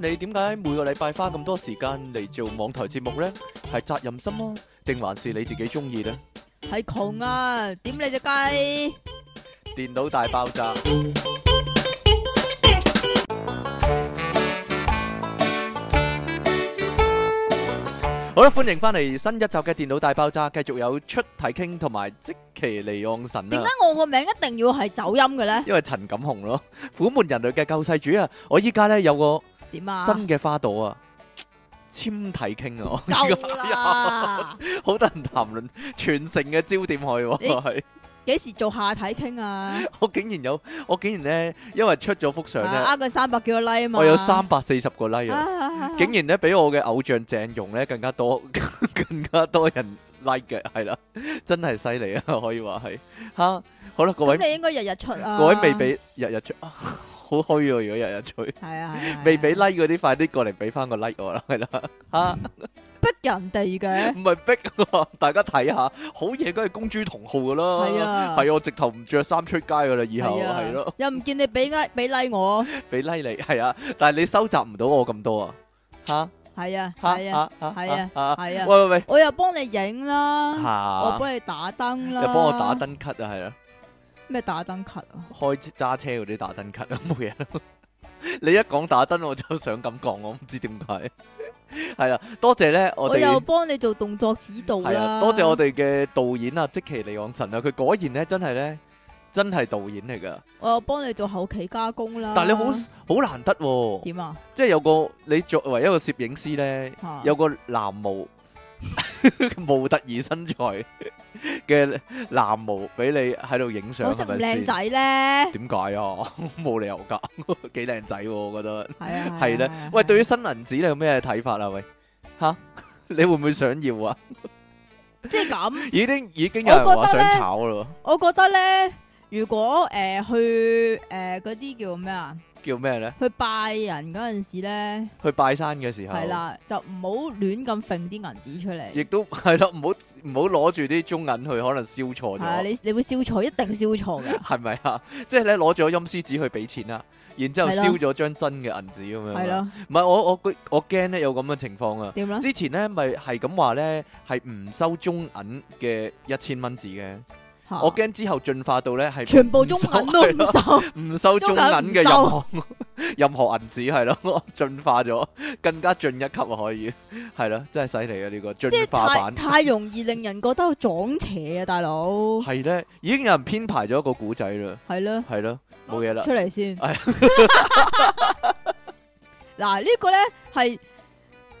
你點解每個禮拜花咁多時間嚟做網台節目呢？係責任心啊，定還是你自己中意呢？係窮啊，點你只雞？電腦大爆炸。好啦，歡迎翻嚟新一集嘅電腦大爆炸，繼續有出體 king 同埋積淇離岸神點啊解，我個名一定要係走音嘅咧？因為陳錦鴻咯，苦悶人類嘅救世主啊！我依家呢有個點啊？新嘅花朵啊，纖體傾啊，我呢個夠啦！好多人談論，全城嘅焦點去喎，你係幾時做下體傾啊？我竟然有，我竟然咧，因為出咗幅相咧，呃佢三百幾個 like 啊嘛！我有三百四十個 like 啊，啊，竟然咧比我嘅偶像鄭融咧更加多， 更加多人 like 嘅，係啦，真係犀利啊， 可以話係吓，好啦，各位咁你應該日日出啊！各位未俾日日出， 啊好虛啊，如果日日吹，係啊係啊，未俾係啊 like 嗰啲，快啲過嚟俾翻個 like 我啦，係啦，吓。逼 人哋嘅唔係逼啊！ 大家睇下，好嘢梗係公豬同號噶啦，係啊係我直頭唔着衫出街噶啦，以後係啊係咯， 又唔見你俾 like 俾 like 我，俾 like 你係啊，但係你收集唔到我咁多啊，吓係啊吓係啊吓吓係啊吓，係啊，喂喂喂，我又幫你影啦，我吓幫你打燈啦，又幫我打燈咳啊，係啦，咩打燈咳啊？開揸車嗰啲打燈咳啊，冇嘢啦。 你一講打燈我就想咁講，我唔知點解。 係啦，多謝咧，我我哋又幫你做動作指導係啊，啦，多謝我哋嘅導演啊，即其利昂神啊，佢果然咧真係咧真係導演嚟噶。我又幫你做後期加工啦。但係你好好難得喎、點啊？即係有個你作為一個攝影師咧，嚇有個男模 模特兒身材嘅男模俾你喺度影相，我識唔係咪靚先？仔咧？點解啊？ 冇理由㗎，幾靚仔喎，我覺得 係啊，係咧咧。喂，對於新銀紙你有咩睇法啊？喂，吓 你會唔會想要啊？即係咁，已經已經有人我話覺得想呢炒啦我覺得咧，如果誒去誒嗰啲叫咩啊？喎，叫咩咧？去拜人嗰陣時咧，去拜山嘅時候，係啦，就唔好亂咁揈啲銀紙出嚟。亦都 係咯，唔好唔好攞住啲中銀去，可能燒錯係啊，咗。。你你會燒錯，一定燒錯嘅 係咪啊？即係咧攞咗陰司紙去俾錢啦，然之後係咯燒咗張真嘅銀紙咁樣。啊係。咯，唔係我我我驚咧有咁嘅情況啊！點啦？之前咧咪係咁話咧係唔收中銀嘅一千蚊紙嘅，嚇我驚之後進化到咧係啊全部中銀都唔唔收 收，唔收中銀嘅任何 任何銀紙係咯， 進化咗更加進一級啊！可以係咯，真係犀利啊！呢個即進化係太版太容易令人覺得撞邪啊，大佬。係咧已經有人編排咗一個古仔啦，係咯，係咯，冇嘢啦出。嚟先。係 嗱，呢個咧係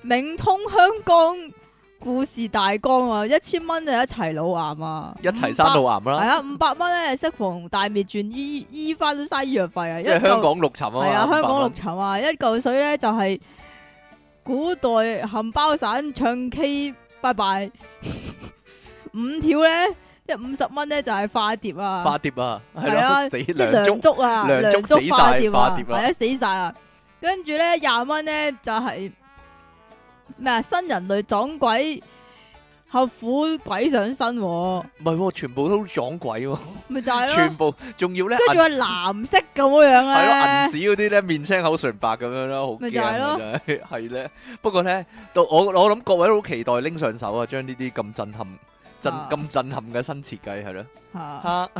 冥通香港故事大綱啊，一千蚊就一齊老癌啊，一齊生到癌係啦，啊，五百蚊咧釋放大滅轉醫醫翻啲西藥費啊，一即係香嚿港綠沉啊嘛，係啊，香500港綠籌啊，一嚿水咧就係古代冚包散唱 K 拜拜， 五條咧即係五十蚊咧就係化碟啊，花碟啊，係啊係咯，死即係梁梁祝祝啊，梁祝梁祝死晒化碟化啊，碟啊係啊死晒啊！跟住咧廿蚊咧就係咩啊？新人類撞鬼，後苦鬼上身喎，唔係喎，全部都撞鬼喎，咪就係全咯。部仲要咧跟住銀係藍色咁係樣樣咯咧，銀紙嗰啲咧面青口唇白咁樣啦，好咪驚就係啊咯真係係咧。不過咧，到我我諗各位都好期待拎上手啊，將呢啲咁震撼、震啊咁震撼嘅新設計係咯，嚇嚇啊！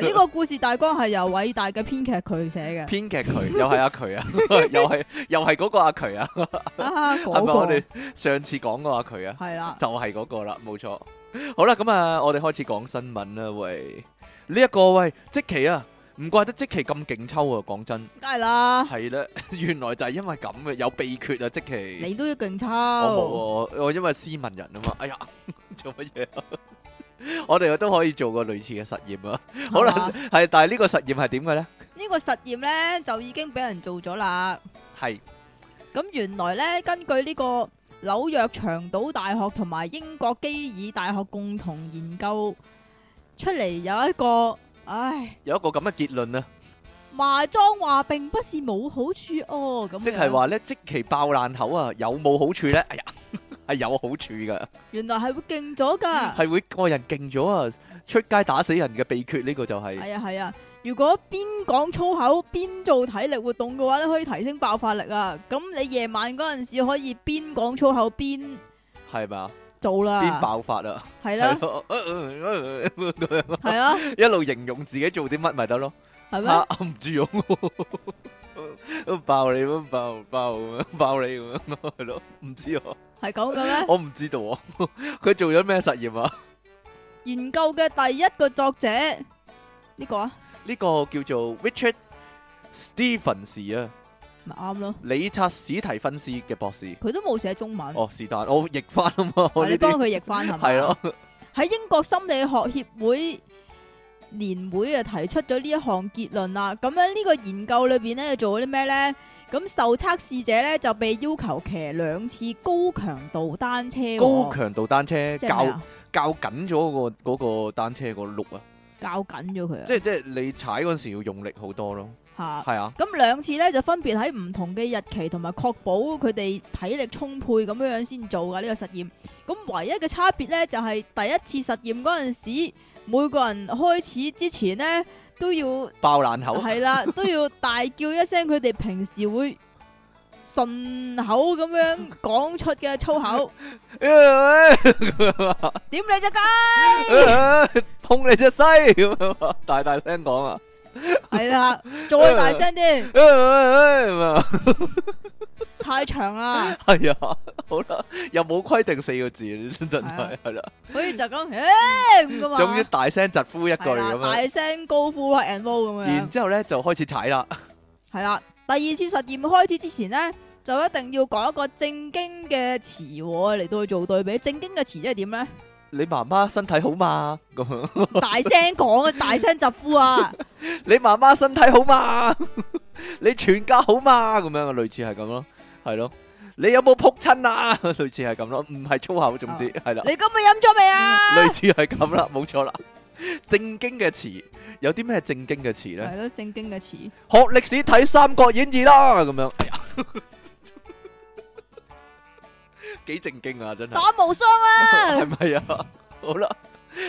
呢個故事大綱係由偉大嘅編劇佢 寫編劇佢又係阿渠啊， 又係又係嗰個阿渠啊，嘅，啊係嗰咪我個哋上次講過阿渠啊？係啦， 就係嗰個啦，冇錯。好啦，咁啊，我哋開始講新聞啦，喂，呢、一個喂，即期啊，唔怪得即期咁勁抽啊，講真，梗係啦，係啦， 原來就係因為咁嘅，有秘訣啊，即期，你都要勁抽，我冇喎，我我因為斯文人啊嘛，哎呀， 做乜嘢 啊？我哋都可以做個類似嘅實驗啊，係嘛好啦，係，但係呢個實驗係點嘅咧？呢個實驗咧就已經俾人做咗啦。係咁原來咧，根據呢個紐約長島大學同埋英國基爾大學共同研究出嚟有一個，唉，有一個咁嘅結論啊，麻裝話並不是冇好處哦。咁即係話咧，即期爆爛口啊，有冇好處咧？哎呀，係有好處噶，原來係會勁咗㗎。係會個人勁咗啊！出街打死人嘅秘訣呢個就係係啊係啊，如果邊講粗口邊做體力活動嘅話咧，可以提升爆發力啊。咁你夜晚嗰陣時可以邊講粗口邊係咪啊？做邊啦，爆發啊？係係 啦咯， 係啦，一路形容自己做啲乜咪得咯。係咩？嚇 唔知我爆你咁爆爆咁樣爆你咁樣 係咯，唔知我係咁嘅咩？我唔知道啊。 佢做咗咩實驗啊？研究嘅第一個作者呢個啊，呢個叫做 Richard Stevens 啊，咪啱咯。理察史提芬斯嘅博士。佢都冇寫中文，哦，是但，我譯翻啊嘛，我係呢你幫啲佢譯翻係咪？係咯，喺英國心理學協會年會啊提出咗呢一項結論啦。咁樣呢個研究裏邊咧做咗啲咩呢？咁受測試者咧就被要求騎兩次高強度單車喎，高強度單車即係咩較啊？較緊咗個嗰個單車個轆啊，較緊咗佢啊即係即係你踩嗰陣時要用力好多咯，嚇。係啊，咁兩次咧就分別喺唔同嘅日期同埋確保佢哋體力充沛咁樣樣先做噶呢、個實驗。咁唯一嘅差別咧就係、第一次實驗嗰陣時，每個人開始之前咧都要。爆爛口系啦，都要大叫一聲佢哋平時會順口咁樣講出嘅 粗口。點你只雞？ 痛你隻西咁樣啊，大大聲講啊，係啦，再大聲啲，咁啊太 長啦，係啊，好啦，又冇規定四個字，真係係啦，好似就咁，欸咁噶嘛。總之大聲疾呼一句係啦咁樣，大聲高呼 rock and roll 咁然樣。之後咧就開始踩啦，係啦，第二次實驗開始之前呢，就一定要講一個正經嘅詞喎嚟到去做對比。正經嘅詞即係 點呢？你媽媽身體好嘛？咁樣。大 聲講啊，大聲疾呼啊！你媽媽身體好 嘛？你全家好嘛？咁樣啊，類似係咁咯，係咯。你有冇撲親 啊？類似係咁咯，唔係粗口，總之係啦，你今日飲咗未啊？嗯類似係咁啦，冇錯啦。正經嘅詞有啲咩正經嘅詞咧？係咯，正經嘅詞。學歷史睇《三國演義》啦，咁樣。哎呀， 幾正經啊，真係。打無雙 啊！係咪啊？好啦，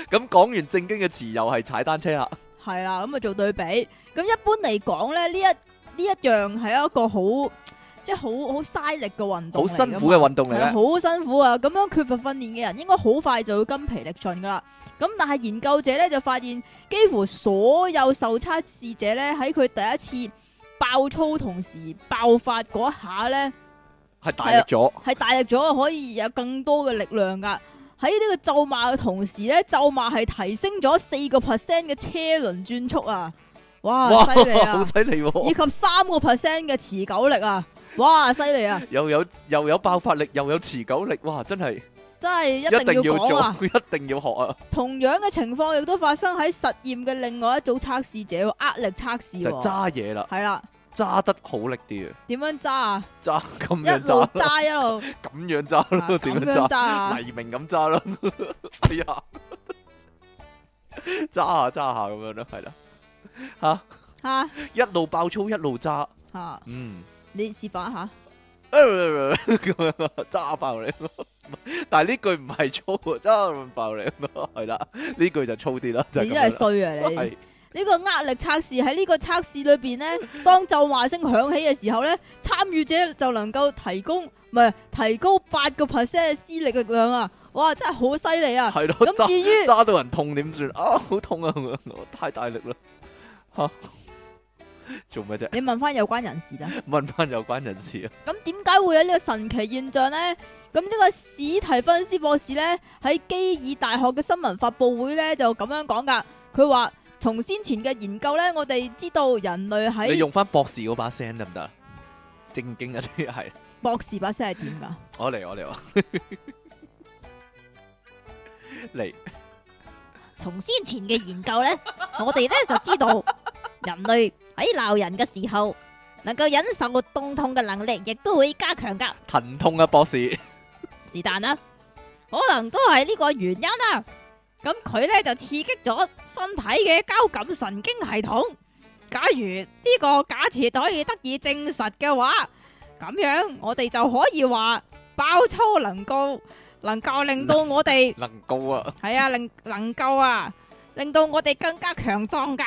咁講完正經嘅詞，又係踩單車啦。系啦，咁啊做對比。咁一般嚟講咧，呢一呢一樣係一個好即係好好嘥力嘅運動好嚟㗎嘛，辛苦嘅運動嚟係咧，啊好辛苦啊！咁樣缺乏訓練嘅人，應該好快就會筋疲力盡噶啦。咁但係研究者咧就發現，幾乎所有受測試者咧喺佢第一次爆粗同時爆發嗰一下咧，係大力咗。係大力咗，可以有更多嘅力量噶。喺呢個咒罵嘅同時咧，咒罵係提升咗四個 percent 嘅車輪轉速啊！哇，哇，犀利好啊！犀利喎！以及三個 percent 嘅持久力啊！哇，犀利啊！又有又有爆發力，又有持久力，哇！真係真係一一定定要要講啊！做， 一定要學啊！同樣嘅情況亦都發生喺實驗嘅另外一組測試者喎，壓力測試就喎，揸嘢啦，係啦，揸得好力啲啊！點樣揸啊？揸咁一樣路揸，揸一 路咁樣揸啊咯，點咁樣樣揸揸？啊！黎明咁 揸咯，哎呀，揸下揸下咁樣咯，係啦，吓 嚇一路爆粗一路揸，啊嚇，嗯。 你示範一下，咁樣啊揸爆你 咯，但係呢句唔係粗啊，揸爆你 咯，係啦，呢句就粗啲啦，就係咁你真係樣啦衰啊你！係呢個壓力測試喺呢個測試裏邊 呢，當咒罵聲響起嘅時候呢，參與者就能夠提供唔係提高八個 percent 嘅施力力量啊！哇，真係好犀 利啊！係咯，咁揸至於揸到人痛點算啊？好痛啊！咁樣我太大力啦，吓做咩 啫？你問翻有關人士啦，問翻有關人士啊，咁點解會有呢個神奇現象呢？咁呢個史提芬斯博士呢，喺基爾大學嘅新聞發佈會呢，就咁樣講噶，佢話從先前嘅研究呢，我哋知道人類你喺用翻博士嗰把聲得唔得啊？正經一啲係，博士把聲係點噶？我嚟我嚟我嚟， 從先前嘅研究呢， 我哋呢就知道人類喺鬧人嘅時候，能夠忍受凍痛嘅能力，亦都會加強噶。疼痛啊博士，是但啦，可能都係呢個原因啦。咁佢呢就刺激咗身體嘅交感神經系統。假如呢個假設可以得以證實嘅話，咁樣我哋就可以話爆粗能夠能夠 令到我哋能高啊，係啊，能能夠啊，令到我哋更加強壯噶。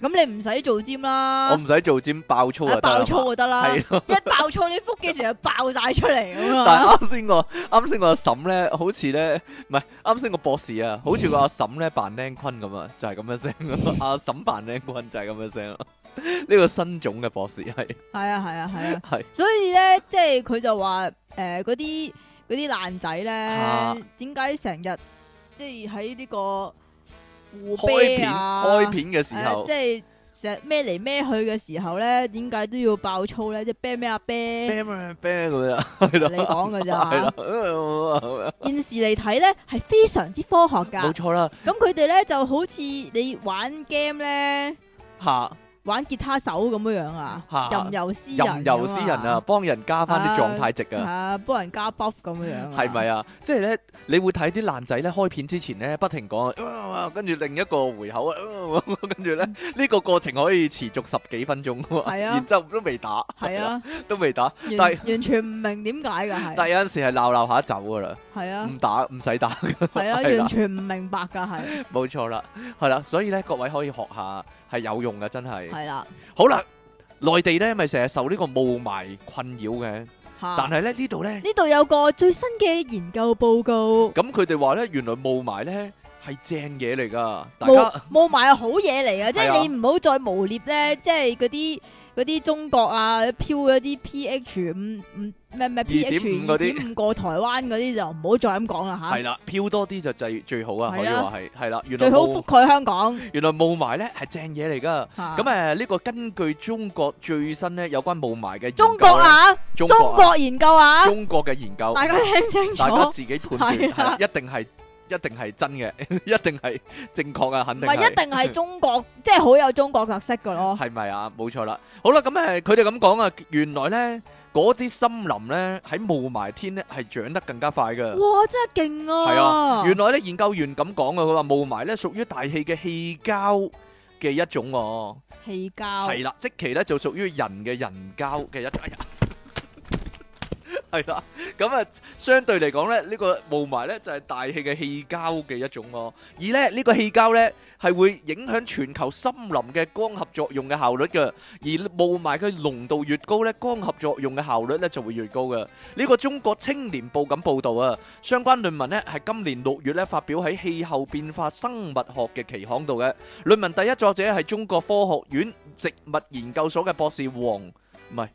咁你唔使做尖啦，我唔使做尖爆粗啊啊，爆粗就得啦，係一爆粗你腹肌成日爆晒出嚟咁 但啊！係啱先個啱先個阿嬸咧，好似咧唔係啱先個博士啊，好似個阿嬸咧扮靚坤咁啊，就係咁樣聲 咯。阿嬸扮靚坤就係咁樣聲咯。呢個新種嘅博士係係啊係啊係啊，係所以咧即係佢就話誒嗰啲嗰啲爛仔啊咧，點解成日即係喺呢個湖開啤片啊開片嘅時係啊候即，係成日孭嚟孭去嘅時候咧，點解都要爆粗咧？即係啊啤咩啊啤，啤咩啤咁樣係你咯，講 㗎係咋啦？嗯，現時嚟睇咧係非常之科學冇㗎。錯啦咁佢哋咧就好似你玩 game 咧，嚇。玩吉他手咁樣樣啊，嚇吟遊詩任人，由私人啊，，幫人加翻啲狀態值係啊，啊，幫人加 buff 咁樣樣啊，係咪啊？即係咧，你會睇啲爛仔咧開片之前咧，不停講啊，跟住另一個回口啊，跟住咧呢個過程可以持續十幾分鐘喎嗯係啊然之後都未打，係啊， 都未打，完但完全唔明點解㗎，但係係有陣時係鬧鬧下走噶啦，係啊，唔打唔使打， 係啊，係啦完全唔明白 㗎，係冇錯啦，係啦，所以咧各位可以學下，係有用噶，真係。係啦，好啦，內地咧咪成日受呢個霧霾困擾嘅，嚇。但係咧呢度咧。呢度有個最新嘅研究報告，咁佢哋話咧，原來霧霾咧係正嘢嚟噶，大霧家霧霾係好嘢嚟啊！即係啊係你唔好再污蔑咧，即係嗰啲嗰啲中國啊，飄嗰啲 pH 五五咩咩 pH 2.5二嗰點啲五過台灣嗰啲就唔好再咁講啦係吓，啦，飄多啲就最最好啊，可以啊係啊話係係啦。原來最好覆啊霧蓋香港原來霧霾咧係正嘢嚟噶。吓。咁啊誒呢個根據中國最新咧有關霧霾嘅研究中國咧，啊，中中國啊國研究啊，中國嘅研究，大家聽清楚大，家自己判斷係啊係啦，一定係一定係真嘅， 一定係正確啊，肯唔定係一定係中國，即係好有中國特色噶咯。係咪啊？冇錯啦。好啦，咁誒，佢哋咁講啊，原來咧嗰啲森林咧喺霧霾天咧係長得更加快噶。哇，真係勁啊係啊！原來咧研究員咁講啊，佢話霧霾咧屬於大氣嘅氣膠嘅一種喎，氣膠係啦，即其咧就屬於人嘅人膠嘅一種。哎 呀係啦，咁啊，相對嚟講咧，呢、個霧霾咧就係、大氣嘅氣膠嘅一種咯。而咧呢、個氣膠咧係會影響全球森林嘅光合作用嘅效率嘅。而霧霾嘅濃度越高咧，光合作用嘅效率咧就會越高嘅。呢個中國青年報咁報導啊，相關論文咧係今年六月咧發表喺氣候變化生物學嘅期刊度嘅。論文第一作者係中國科學院植物研究所嘅博士黃，唔係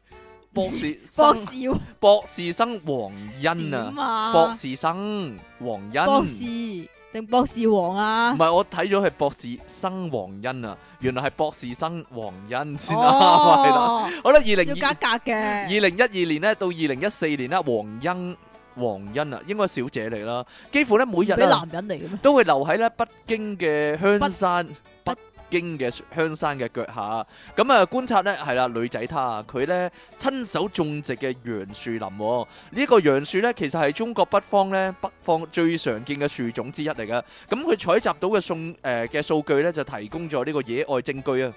博 士博生士要博士生黃欣點啊，啊？博士生黃欣，博士定博士王唔啊？係我睇咗係博士生黃欣啊，原來係博士生黃欣先啦， 係啦、哦，好啦，二要零格二格二嘅，零一二年咧到二零一四年啦，黃欣黃欣啊，應該小姐嚟啦，幾乎咧每日俾啊男人嚟嘅咩？都會留喺咧北京嘅香山。北京嘅香山嘅腳下，咁啊觀察呢係啦，女仔她啊佢呢親手種植嘅楊樹林、喎，呢、個楊樹呢，其實係中國北方呢北方最常見嘅樹種之一嚟㗎。咁佢採集到嘅數誒嘅數據呢，就提供咗呢個野外證據啊。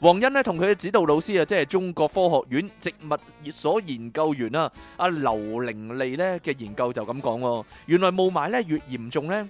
黃欣呢，同佢嘅指導老師啊，即係中國科學院植物所研究員啊，阿劉玲麗呢嘅研究就咁講喎，原來霧霾呢越嚴重呢。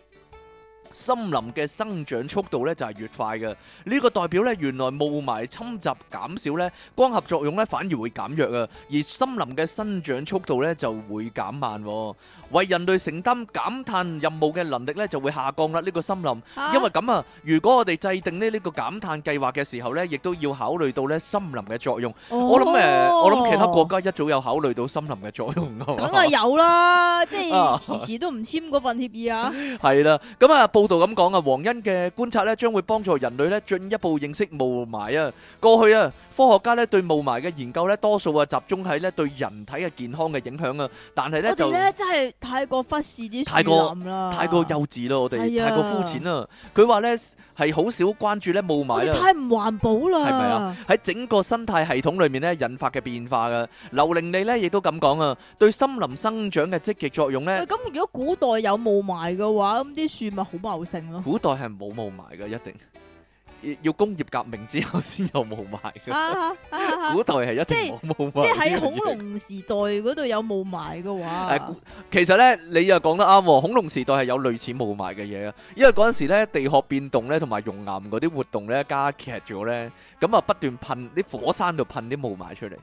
森林嘅生長速度咧就係越快嘅，呢個代表咧原來霧霾侵襲減少咧，光合作用咧反而會減弱啊，而森林嘅生長速度咧就會減慢喎，為人類承擔減碳任務嘅能力咧就會下降啦。呢個森林。啊因為咁啊，如果我哋制定呢呢個減碳計劃嘅時候呢，亦都要考慮到呢森林嘅作用。我諗誒，哦我諗其他國家一早有考慮到森林嘅作用㗎梗嘛。係有啦，即係啊遲遲都唔簽嗰份協議啊！係啦，咁啊報道咁講啊，黃恩嘅觀察呢，將會幫助人類呢進一步認識霧霾啊。過去啊，科學家呢對霧霾嘅研究呢，多數啊集中喺呢對人體嘅健康嘅影響啊，但係呢我哋就。咧真係太過忽視啲太過樹林啦，太過幼稚啦，我哋係啊太過膚淺啦。佢話呢係好少關注呢霧我霾哋啦。太唔環保啦，係咪啊？喺整個生態系統裏面咧引發嘅變化嘅，劉玲利咧亦都咁講啊，對森林生長嘅積極作用喂咧，咁如果古 代有霧霾嘅話，咁啲樹咪好茂盛咯。古代係冇霧霾嘅，一定要工業革命之後先有霧霾嘅。啊啊啊！古代係一即定係冇霧即霾。係喺恐。龍時代嗰度有霧霾嘅 話，誒，古其實咧，你又講得啱喎。恐龍時代係有類似霧霾嘅嘢啊，因為嗰陣時咧地殼變動咧，同埋熔岩嗰啲活動咧加劇咗咧，咁啊不斷噴啲火山度噴啲霧霾出嚟，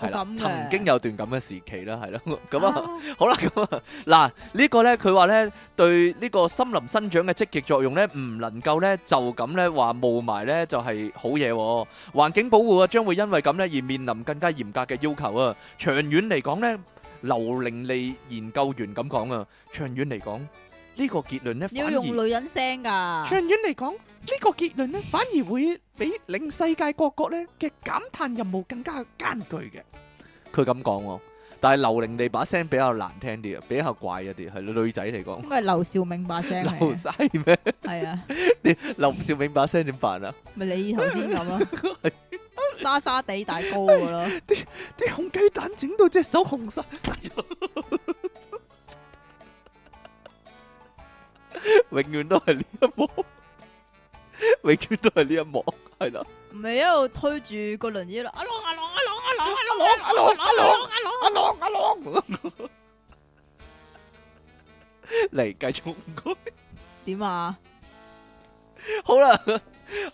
係啦哦咁，嘅曾經有段咁嘅時期啦，係咯，咁啊。 好啦，咁啊，嗱，呢個咧，佢話咧，對呢個森林生長嘅積極作用咧，唔能夠咧就咁咧話霧霾咧就係好嘢喎，環境保護啊，將會因為咁咧而面臨更加嚴格嘅要求啊。長遠嚟講咧，劉玲利研究員咁講啊，長遠嚟講呢個結論咧，要反用而女人聲噶，長遠嚟講呢個結論咧，反而會比令世界各國咧嘅減碳任務更加艱巨嘅。佢咁講喎，但係劉玲你把聲比較難聽啲啊，比較怪一啲，係女仔嚟講。應該係劉兆明把聲嚟劉 嘅，晒咩？係啊，劉兆明把聲點辦啊？咪你頭先咁咯， 沙沙地大高噶咯，啲紅雞蛋整到隻手紅晒。 永遠都係呢一幕， 永遠都係呢一幕，係啦。咪一路推住個輪椅咯，啊阿龍阿龍阿龍阿龍阿阿龍龍阿龍阿龍，阿朗阿朗， 嚟繼續唔該。點啊？好啦，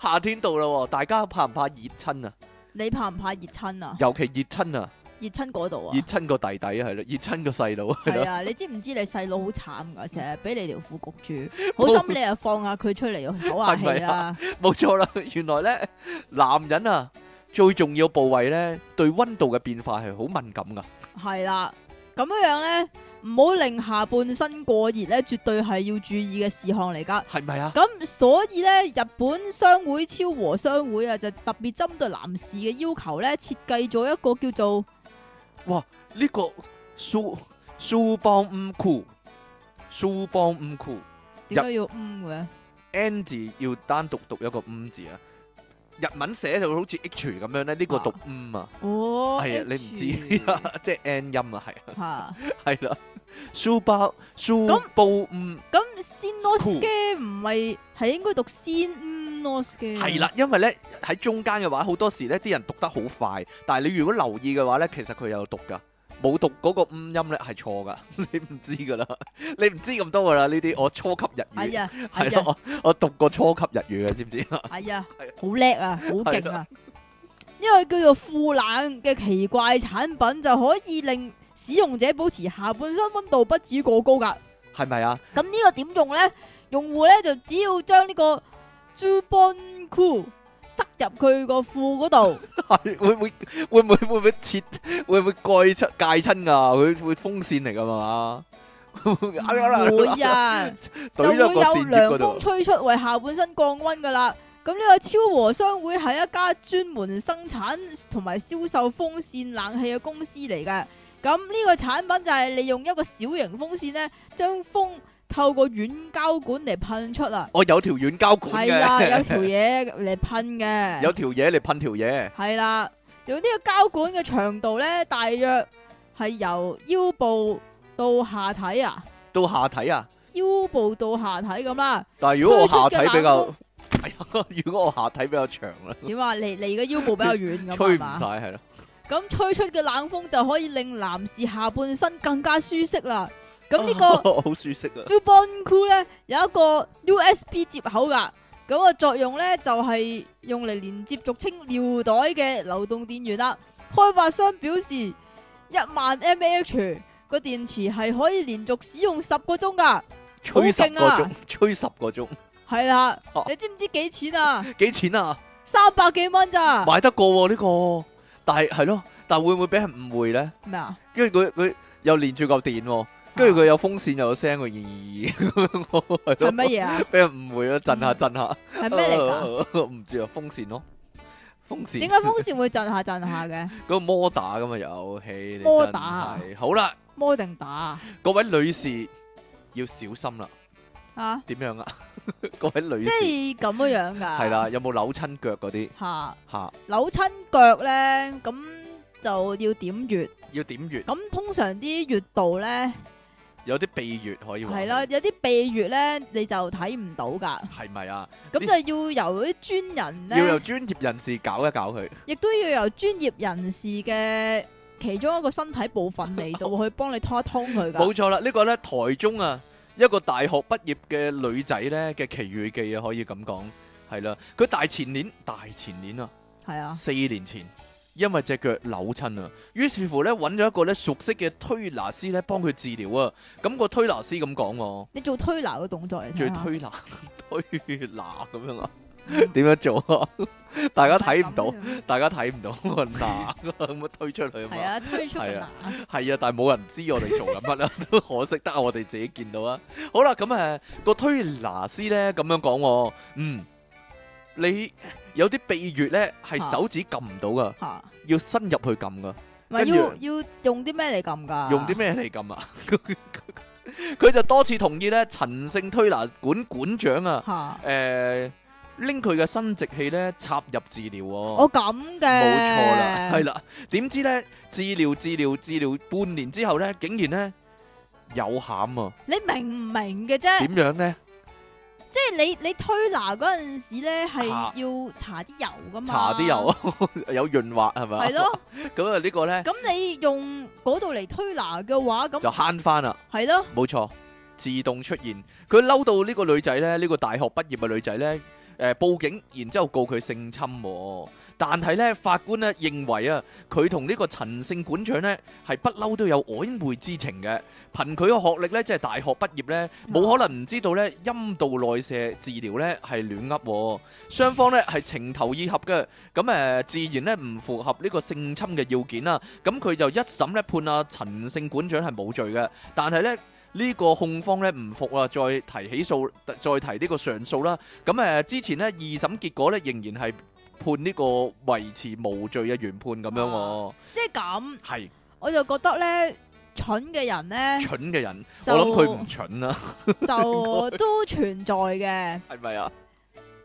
夏天到啦喎，大家怕唔怕熱親啊？你怕唔怕熱親啊？尤其熱親啊，熱親嗰度啊熱？親個弟弟係啦，熱親個細 佬係係啦，啊，你知唔知你細佬好慘噶？成日俾你條褲焗 住，好心你又放下佢出嚟唞下係氣咪啦啊。冇錯 啦。原來咧，男人啊，最重要部位咧，對温度嘅變化係好敏感噶。系啦，咁样样咧，唔好令下半身過熱咧，絕對係要注意嘅事項嚟噶。係咪啊？咁所以咧，日本商會超和商會啊，就特別針對男士嘅要求咧，設計咗一個叫做呢個蘇蘇邦唔酷，蘇邦唔酷。點解要嗯嘅？ N 字要單獨讀一個五字啊，日文寫就好似 H 咁樣咧，呢個讀五啊，哦，係啊，你唔知 啊，即係 N 音啊，係啊，吓？係啦，書包書包五咁先 nos 嘅唔係係應該讀啊先 nos 嘅係啦，因為咧喺中間嘅話，好多時咧啲人讀得好快，但係你如果留意嘅話咧，其實佢有讀噶。冇讀嗰個五音咧係錯噶， 你唔知噶啦，你唔知咁多噶啦呢啲，我初級日係語啊係係啦，啊我我讀過初級日語嘅，知唔知啊？係啊係啊，好叻啊，好勁啊！因為叫做富冷嘅奇怪產品就可以令使用者保持下半身温度不止過高噶。係咪啊？咁呢個點用咧？用戶咧就只要將呢個 Zubon Cool 塞入佢個褲嗰度，會唔會會唔會會唔會切會唔會蓋出戒親噶？會會風扇嚟噶嘛？ 哎哎唔會啊，就懟會咗有個扇葉涼嗰風度，吹出為下半身降温噶啦。咁呢個超和商會係一家專門生產同埋銷售風扇冷氣嘅公司嚟嘅。咁呢個產品就係利用一個小型風扇咧，將風透過軟膠管嚟噴出啊。我哦有條軟膠管係啊啦，有條嘅，嘢嚟噴 嘅。有條嘢嚟噴條嘢，系啦，用呢個膠管嘅長度咧，大約係由腰部到下體啊，到下體啊！腰部到下體咁啦。但係如果我下體比較推出嘅冷，係啊， 如果我下體比較長啦，點啊？你你嘅腰部比較軟咁吹係唔晒嘛？係咯，咁吹出嘅冷風就可以令男士下半身更加舒適啦。咁呢個 好舒適啊！ Zubon Cool 咧有一個 USB 接口噶，咁個作用咧就係、用嚟連接俗稱尿袋嘅流動電源啦。開發商表示，一萬 mAh 個電池係可以連續使用十個鐘噶，吹十好勁個啊鐘，吹十個鐘，係啦哦，你知唔知幾錢啊？幾錢啊？三百幾蚊咋？買得過喎呢個，但係係咯，但係會唔會俾人誤會咧？咩啊？跟住佢佢又連住嚿電喎。跟住佢有風扇又有聲，佢咦咁樣喎，係係咯，乜嘢啊？俾人誤會咯，震下嗯震下，係咩 嚟㗎？㗎？唔知啊，風扇咯，風扇點解風扇會震下震 下嘅？嗰個摩打咁啊有，嘿，你摩真打係好啦，摩定打啊？各位女士要小心啦，啊點樣啊？ 各位女士即係咁樣樣㗎。係啦，有冇扭親腳嗰啲嚇。嚇？扭親腳咧，咁就要點穴。要點穴咁通常啲穴道咧有啲秘穴可以話係啦，有啲秘穴咧你就睇唔到㗎，係咪啊？咁就要由啲專人要由咧，專業人士搞一搞佢，亦都要由專業人士嘅其中一個身體部分嚟 到去幫你通一通佢㗎。冇錯啦。呢個呢，台中啊，一個大學畢業嘅女仔呢嘅奇遇記啊，可以咁講係啦。佢大前年，大前年啊，係啊，四年前，因為只腳扭親啊，於是乎呢，揾咗一個呢熟悉嘅推拿師呢幫佢治療啊。咁、個推拿師咁講喎。你做推拿嘅動作嚟最睇下。推拿 推拿咁樣啊？點樣做啊？ 大家睇唔到，大家睇唔到個拿咁樣推出去啊 係嘛。啊，推出係嘅啊拿。係啊，但係冇人知我哋做緊乜啊， 都可惜得我哋自己見到啊。好啦，咁誒個推拿師咧咁樣講喎，嗯，你有啲秘穴咧係啊手指撳唔到噶，吓，要伸入去撳噶。唔係跟住要要用啲咩嚟撳㗎？用啲咩嚟撳啊？ 佢就多次同意咧，陳姓推拿館館長啊。吓？誒拎佢嘅生殖器咧插入治療喎、我咁嘅，哦冇錯啦，係啦。點知咧治療治療治療半年之後咧，竟然咧有餡啊！你明唔明嘅啫？點樣咧？即係你你推拿嗰陣時咧，係嚇要搽啲油噶嘛？搽啲油 啊，有潤滑係咪啊？ 係咯。 咁啊呢個咧咁你用嗰度嚟推拿嘅話，就咁慳翻啦，係咯，冇錯，自動出現。佢嬲到呢個女仔咧，呢、個大學畢業嘅女仔咧，誒、報警，然之後告佢性侵、喎。但係咧，法官咧認為啊，佢同呢個陳姓館長咧係不嬲都有曖昧之情嘅。憑佢嘅學歷咧，即係大學畢業咧，冇可能唔知道咧陰道內射治療咧係亂噏喎。雙方咧係情投意合嘅，咁誒、呃自然咧唔符合呢個性侵嘅要件啦。咁佢就一審咧判啊陳姓館長係冇罪嘅，但係咧。呢個控方咧唔服啊，再提起訴，再提呢個上訴啦。咁誒、呃之前咧二審結果咧仍然係判呢個維持無罪嘅原判咁樣喎，即係咁，係我就覺得咧，蠢嘅人咧蠢嘅人， 我嗯就諗佢唔蠢啦，就都存在嘅。係咪啊？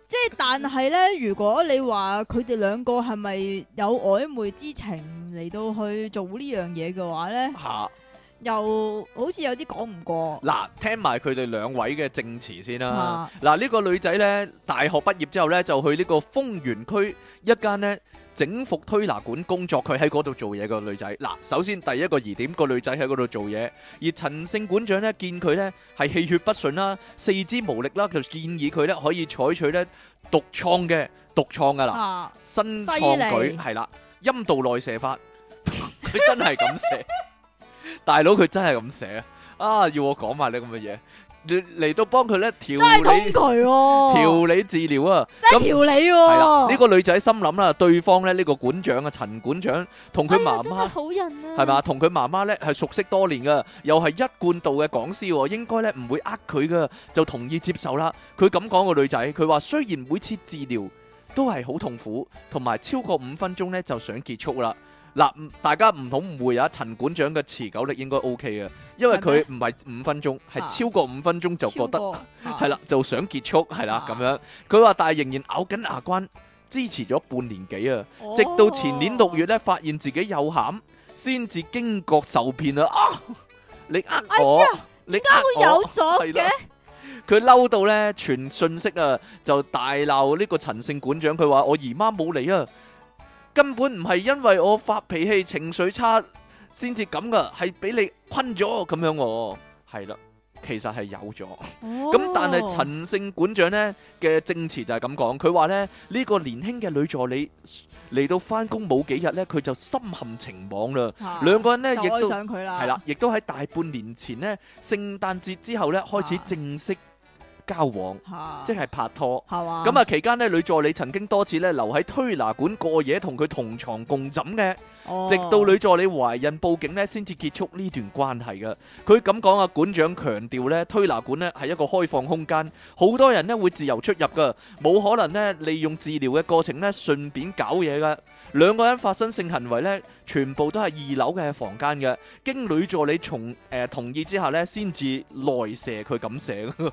即係但係咧，如果你話佢哋兩個係咪有曖昧之情嚟到去做呢樣嘢嘅話咧，嚇又好似有啲講唔過。嗱，聽埋佢哋兩位嘅證詞先啦啊。嗱，呢個女仔呢，大學畢業之後呢，就去呢個豐原區一間呢整復推拿館工作，佢喺嗰度做嘢個女仔。嗱，首先第一個疑點，個女仔喺嗰度做嘢，而陳姓館長呢，見佢呢係氣血不順啦，四肢無力啦，就建議佢呢可以採取呢獨創嘅獨創噶啦。啊，新創犀利舉係啦，陰道內射法， 佢真係咁寫，大佬佢真係咁寫啊！要我講埋你咁嘅嘢，你嚟到幫佢咧調真係通理渠喎，調理治療啊！真咁係調理係啦，呢喎。個女仔心諗啦，對方咧呢個館長啊，陳館長同佢媽哎真媽係。好人啊，係嘛？同佢媽媽咧係熟悉多年噶，又係一貫道嘅講師喎，應該咧唔會呃佢噶，就同意接受啦。佢咁講個女仔，佢話雖然每次治療都係好痛苦，同埋超過五分鐘咧就想結束啦。嗱，唔大家唔好誤會啊，陳館長嘅持久力應該 O K 嘅，因為佢唔係五分鐘，啊係超過五分鐘就覺得。係係啦，就想結束，係啦啊咁樣。佢話，但係仍然咬緊牙關，支持咗半年幾啊，哦直到前年六月咧，發現自己有餡，先至驚覺受騙啦。啊，你哎呃我，你都呃有我，咗係啦嘅，佢嬲到咧，傳信息啊，就大鬧呢個陳姓館長。佢話：我姨媽冇嚟啊，根本唔係因為我發脾氣、情緒差先至咁噶，係俾你困咗咁樣喎。係啦，其實係有咗。哦咁但係陳姓館長呢嘅證詞就係咁講，佢話呢，呢個年輕嘅女助理嚟到翻工冇幾日呢，佢就深陷情網啦。陳兩個人呢，亦就愛都上佢啦，係啦，亦都喺大半年前呢，聖誕節之後呢，開始啊正式交往，嚇，即係拍拖。係嘛？咁啊，期間呢，女助理曾經多次呢留喺推拿館過夜，同佢同床共枕嘅。哦，直到女助理懷孕報警呢，先至結束呢段關係嘅。佢咁講啊，館長強調呢，推拿館呢係一個開放空間，好多人呢會自由出入噶，冇可能呢利用治療嘅過程呢順便搞嘢噶。兩個人發生性行為呢，全部都係二樓嘅房間嘅，經女助理從誒、呃同意之下呢，先至內射佢咁寫嘅。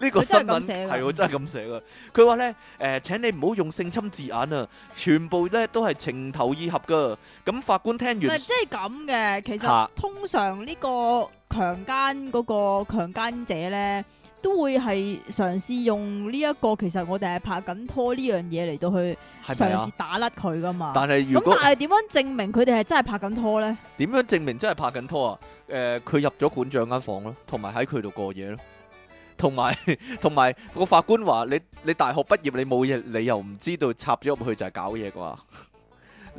呢個佢新真係咁聞寫㗎係我真係咁寫嘅。佢話呢，誒、呃請你唔好用性侵字眼啊，全部呢都係情投意合噶。咁法官聽唔係完即係咁嘅，其嚇實通常呢個強姦嗰、個強姦者咧，都會係嘗試用呢、一個其實我哋係拍緊拖呢樣嘢嚟到去係咪嘗啊試？打甩佢噶嘛。但係如咁果但係點樣證明佢哋係真係拍緊拖咧？點樣證明真係拍緊拖啊？誒、佢入咗館長間房咯，同埋喺佢度過夜咯，同埋 同埋個法官話你你大學畢業你冇嘢，你又唔知道插咗入去就係搞嘢啩？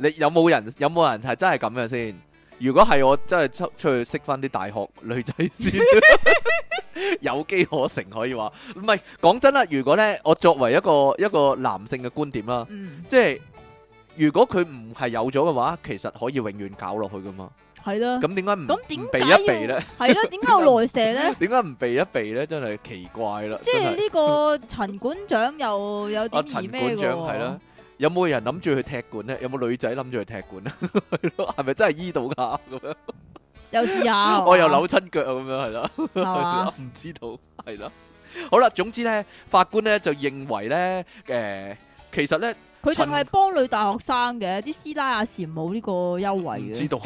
你有冇人有冇人係真係咁嘅先？如果係我真係出出去識翻啲大學女仔先， 有機可乘可以話。唔係講真啦，如果呢，我作為一個一個男性嘅觀點啦。嗯，即係如果佢唔係有咗嘅話，其實可以永遠搞落去噶嘛。係啦。咁點解唔啊咁唔點避解要一避咧？係啦，點解有內射咧？點解唔避一避咧？真係奇怪啦！即係係呢個陳館長又有阿啲啊陳疑館咩嘅長係啦喎？。有冇人諗住去踢館咧？有冇女仔諗住去踢館咧？係咯 係咪真係醫到㗎咁樣？又試下， 我又扭親腳啊咁樣係啦。係 嘛？唔知道，係啦。好啦，總之咧，法官咧就認為咧，誒，其實咧。佢仲陳係幫女大學生嘅，啲師奶阿嬋冇呢個優惠唔嘅。知 道。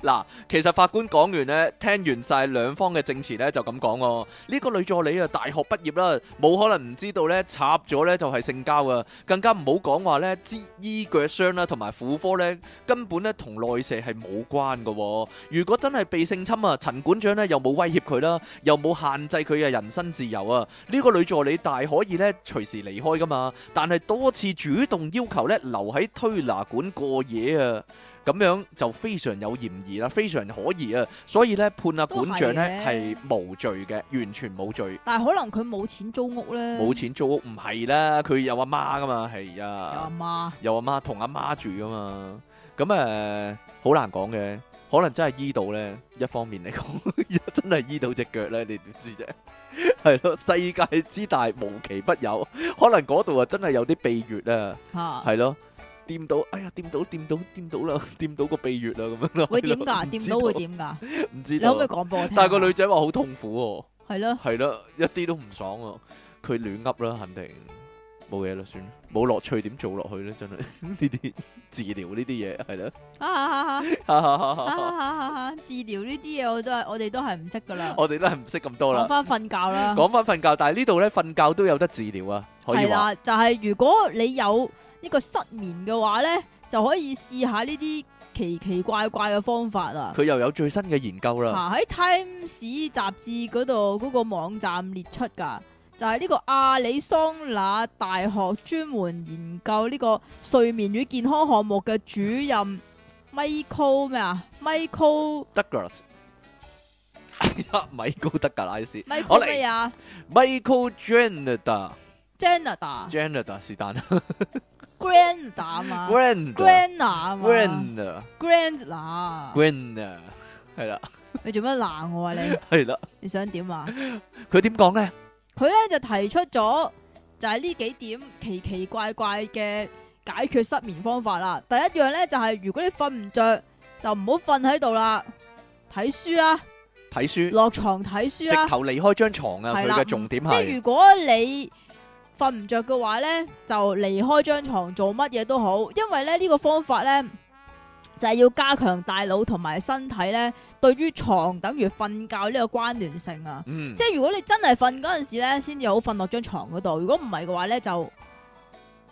嗱，其實法官講完呢，聽完晒兩方嘅證詞呢，就咁講喎。呢、個女助理啊，大學畢業啦，冇可能唔知道呢，插咗呢就係性交啊，更加唔好講話呢，肢衣腳傷啦，同埋婦科呢，根本呢同內射係冇關嘅喎。如果真係被性侵啊，陳館長呢又冇威脅佢啦，又冇限制佢嘅人身自由啊。呢、個女助理大可以呢隨時離開噶嘛。但係多次主動要求咧留喺推拿館過夜啊，咁樣就非常有嫌疑啦，非常可疑啊，所以咧判阿館長咧都係係嘅無罪嘅，完全冇罪，但係可能佢冇錢租屋咧，冇錢租屋唔係啦，佢有阿媽噶嘛，係有啊阿，媽有阿媽同阿媽住噶嘛，咁誒好難講嘅，可能真係醫到咧，一方面嚟講， 真係醫到只腳咧，你點知啫？係咯，世界之大無奇不有，可能嗰度啊真係有啲秘穴啊。嚇，係咯，掂到，哎呀，掂到，掂到，掂到啦， 掂到個鼻穴啦，咁樣咯。會點係咯㗎？唔知掂到會點㗎？唔你知可唔可以道。講俾我聽啊？但係個女仔話好痛苦係咯，喎，係咯，一啲都唔爽喎。佢亂噏啦，肯定冇嘢啦，算啦，冇樂趣點做落去咧？真係 呢啲治療呢啲嘢係咯啊啊啊哈哈啊哈啊哈，啊啊！治療呢啲嘢我都係我哋都係唔識㗎啦，我哋都係唔識咁多講啦。翻瞓覺啦。講翻瞓覺，但係呢度咧瞓覺都有得治療啊，可以係話啦，就係如果你有呢個失眠嘅話咧，就可以試下呢啲奇奇怪怪嘅方法啦。佢又有最新嘅研究啦。啊喺 Times 雜誌嗰度嗰個網站列出㗎，就係、呢個亞利桑那大學專門研究呢個睡眠與健康項目嘅主任 Michael 咩啊？Michael Douglas，係啦，米高德格拉斯我 Michael 嚟咩啊 Michael Janada。 ？Canada Canada 是但啦 Granda 啊嘛，Grand ，Granda 啊嘛 Grand ，Granda， Grand 啊，係啦你做乜鬧我啊你？係啦，你想點啊？佢點講咧？佢咧就提出咗就係呢幾點奇奇怪怪嘅解決失眠方法啦。第一樣咧就係、如果你瞓唔着，就唔好瞓喺度啦，睇書啦，睇書，落床睇書啦嗯直，頭離開張床啊！啊係佢啦。嘅重點唔即係係如果你瞓唔着嘅話咧，就離開張床做乜嘢都好，因為咧呢、呢個方法咧。就係要加強大腦同埋身體咧，對於床等於瞓覺呢個關聯性啊。嗯即，係如果你真係瞓嗰陣時咧，先至好瞓落張床嗰度。如果唔係嘅話咧，就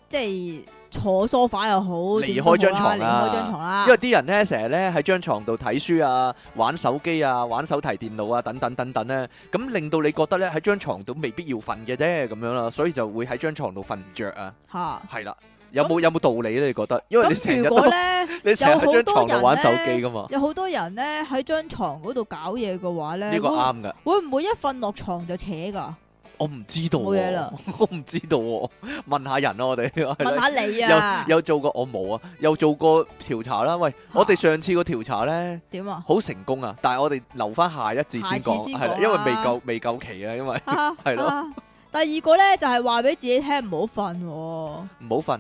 即係坐 sofa 又好，離開張床點啦都好啦離開張床啦因。為啲人咧成日咧喺張床度睇書啊、玩手機啊、玩手提電腦啊等等等等咧，咁令到你覺得咧喺張床度未必要瞓嘅啫咁樣啦，所以就會喺張床度瞓唔着啊。吓，係啦，有冇有冇道理咧？你覺得？因為你成咁日如果都咧你成日喺張有好床多人度玩手呢機噶嘛，有好多人咧喺張床嗰度搞嘢嘅話咧，呢個啱㗎。會會唔會一瞓落床就扯噶？我唔知道、喎，冇嘢啦我唔知道、喎，問下人咯、啊我哋係問啦下你啊，又又做過我冇啊，又做過調查啦。喂，我哋上次個調查咧點啊？好成功啊，但係我哋留翻下一節下先次講，先係啦，講啊因為未啦夠未夠期啊，因為 係係咯。啊第二個咧就係話俾自己聽唔好瞓喎，唔好瞓，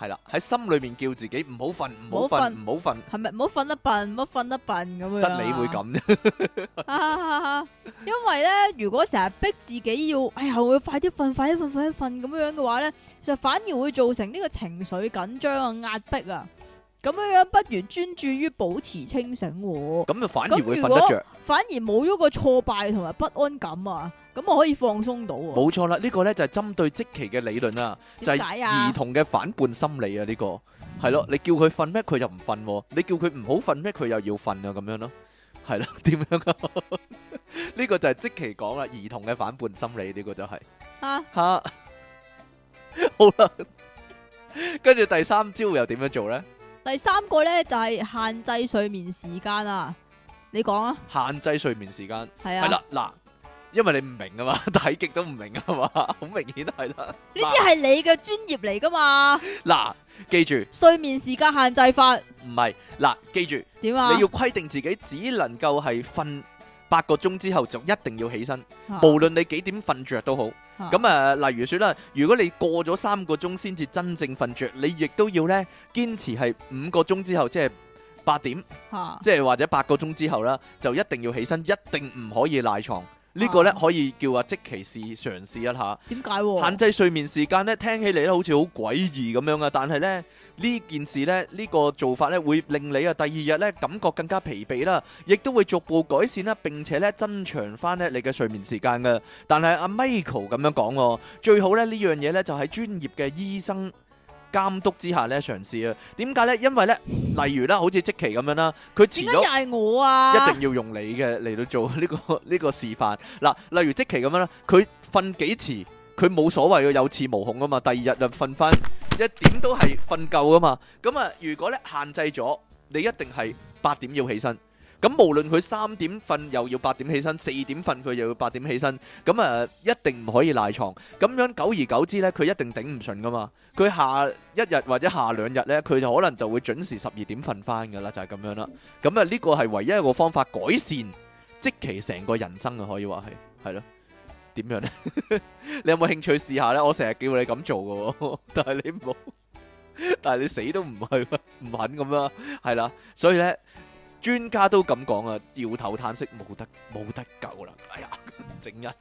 係啦，喺心裏面叫自己唔好瞓，唔唔好好瞓，瞓唔好瞓，係咪唔好瞓得笨，唔好瞓得笨咁樣啊？得你會咁啫。啊， 因為咧，如果成日逼自己要，哎呀，我要快啲瞓，快啲瞓，快啲瞓咁樣嘅話咧，就反而會造成呢個情緒緊張啊、壓迫啊。咁樣樣不如專注於保持清醒喎，咁就反而會咁瞓如得果着。反而冇咗個挫敗同埋不安感啊，咁我可以放鬆到喎。冇錯啦，呢個呢就係針對即期嘅理論啦，就係點解兒啊？童嘅反叛心理啊，呢個係咯，你叫佢瞓咩佢又唔瞓喎，你叫佢唔好瞓咩佢又要瞓啊，咁樣咯，係咯， 點樣啊？呢個就係即期講啦，兒童嘅反叛心理呢個就係。吓，吓，好啦，跟住第三招又點樣做呢？第三個咧就係限制睡眠時間啊，你講啊，限制睡眠時間係係啊，啦，嗱，因為你唔明啊嘛， 睇極都唔明啊嘛， 好明顯係啦。呢啲係你嘅專業嚟噶嘛，嗱，記住睡眠時間限制法唔係嗱，記住點啊？你要規定自己只能夠係瞓八個鐘之後就一定要起身，啊無論你幾點瞓着都好。啊咁啊，例如説啦，如果你過咗三個鐘先至真正瞓着，你亦都要呢堅持係五個鐘之後，即係八點。吓即係或者八個鐘之後啦，就一定要起身，一定唔可以賴床。呢個呢，啊可以叫啊即其試嘗試一下。點解限喎？制睡眠時間呢，聽起嚟咧好似好詭異咁樣啊，但係呢，呢件事呢，呢、個做法呢，會令你啊第二日呢感覺更加疲憊啦，亦都會逐步改善啦，並且呢增長翻呢你嘅睡眠時間嘅。但係阿 Michael 咁樣講喎，最好呢，呢樣嘢呢，就喺專業嘅醫生。監督之下呢，嘗試啊，點解呢？因為呢，例如啦，好似即期咁樣啦，佢遲點咗解又係我啊？一定要用你嘅嚟到做 呢、個呢個示範。嗱，例如即期咁樣啦，佢瞓幾遲，佢冇所謂嘅，有恃無恐啊嘛。第二日就瞓翻一點都係瞓夠啊嘛。咁啊，如果咧限制咗，你一定係八點要起身。咁無論佢三點瞓又要八點起身，四點瞓佢又要八點起身，咁啊一定唔可以賴床。咁樣久而久之呢，佢一定頂唔順噶嘛。佢下一日或者下兩日呢，佢就可能就會準時十二點瞓翻噶啦，就係、咁樣啦。咁啊，呢個係唯一一個方法改善即其成個人生啊，可以話係係咯。點樣呢？ 你有冇興趣試下呢？我成日叫你咁做嘅， 但係你冇，但係你死都唔去，唔肯咁啦，係啦。所以呢，專家都咁講啊，搖頭嘆息，冇得冇得救啦！ 哎呀，整人。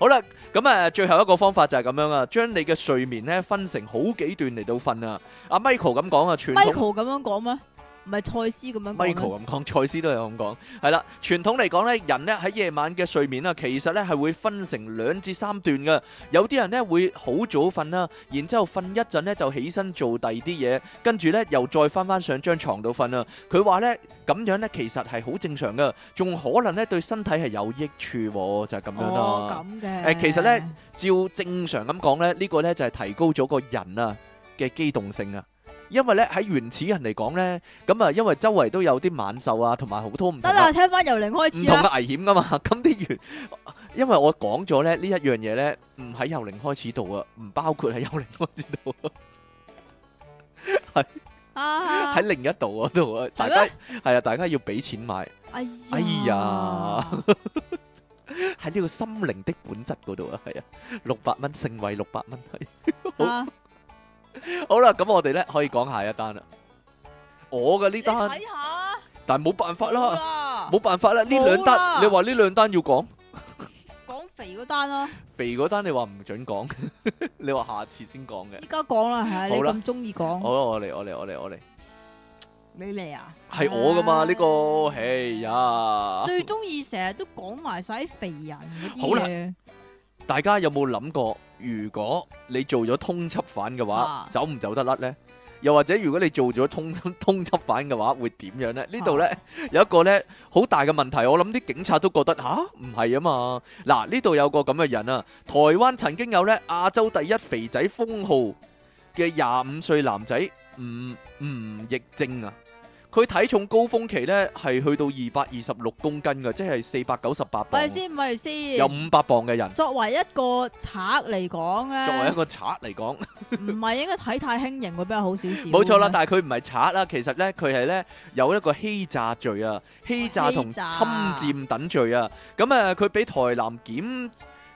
好啦，咁啊，最後一個方法就係咁樣啊，將你嘅睡眠呢分成好幾段嚟到瞓啊。阿 Michael 咁講啊，傳統 Michael 咁樣講咩？唔係蔡司咁樣講咩 Michael 咁講，賽斯都有咁講，係啦。傳統嚟講咧，人咧喺夜晚嘅睡眠啊，其實咧係會分成兩至三段嘅。有啲人咧會好早瞓啦，然之後瞓一陣咧就起身做第二啲嘢，跟住咧又再翻翻上張床度瞓啊。佢話咧咁樣咧其實係好正常嘅，仲可能咧對身體係有益處喎，就係、咁樣啦。哦，咁嘅。誒其實呢照正常咁講咧，呢、個呢就係提高咗個人啊嘅機動性啊。因為呢，喺原始人嚟講呢，咁啊因為周圍都有啲猛獸啊，同埋好多唔同得嘅啦，聽翻由零開唔始同啦。嘅危險噶嘛。 咁啲原因為我講咗咧呢一樣嘢呢，唔喺由零開始度啊，唔包括喺由零開始度啊，啊喺，另一度嗰度啊，大係家咩係啊，大家要俾錢買。哎哎呀呀，喺呢個心靈的本質嗰度啊，係啊，六百蚊盛惠六百蚊係。好啊好啦，咁我哋咧可以講下一單啦。我嘅呢你單，睇下，但係冇辦法啦，啦，冇辦法啦。呢兩冇啦單，你話呢兩單要講，講肥嗰單啦，肥嗰單你話唔准講， 你話下次先講嘅依。家講啦，係你好啦咁中意講，好啦，我嚟，我嚟，我嚟，我嚟，你嚟啊？係我噶嘛？啊呢個，哎呀，最中意成日都講埋晒啲肥人嗰好啲啦嘢，大家有冇諗過，如果你做咗通緝犯嘅話啊，走唔走得甩呢？又或者如果你做咗通 通緝犯嘅話，會點樣呢？呢度呢。啊有一個咧好大嘅問題，我諗啲警察都覺得吓唔係啊嘛。嗱，呢度有個咁嘅人啊，台灣曾經有咧亞洲第一肥仔封號嘅廿五歲男仔吳吳亦正啊。佢體重高峰期咧係去到二百二十六公斤嘅，即係四百九十八磅啊咪，先，咪有先。五百磅嘅人。作為一個賊嚟講咧，作為一個賊嚟啊講，唔係應該睇太輕盈會比較好少少。冇錯啦，咩但係佢唔係賊啦，其實咧佢係咧有一個欺詐罪啊，欺詐同哦欺侵詐佔等罪啊。咁啊，佢俾台南檢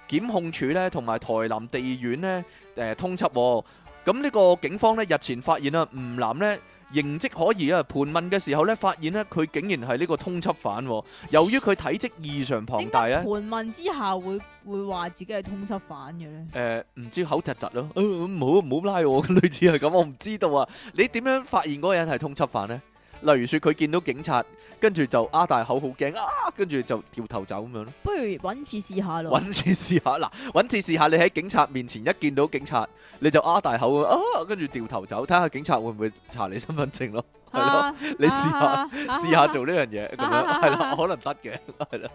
檢控處咧，同埋台南呃地院咧誒、通緝喎。咁呢個警方咧日前發現啊，吳男咧。形跡可疑啊！盤問嘅時候咧，發現咧佢竟然係呢個通緝犯喎。由於佢體積異常龐點大啊解咧盤，問之下會會話自己係通緝犯嘅咧？誒呃唔知口窒窒咯， 呃唔好唔好拉我，類似係咁，我唔知道啊！你點樣發現嗰個人係通緝犯呢？例如説佢見到警察，跟住就啊大口好驚啊，跟住就掉頭走咁樣咯。不如揾次試下咯。揾次試下嗱，揾次試下你喺警察面前一見到警察，你就啊大口啊，跟住掉頭走，睇下警察會唔會查你身份證咯，係咯，啊，你試下啊 啊試下做呢樣嘢咁樣，係啦，可能得嘅，係啦，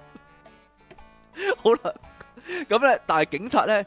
好啦，咁咧，但係警察咧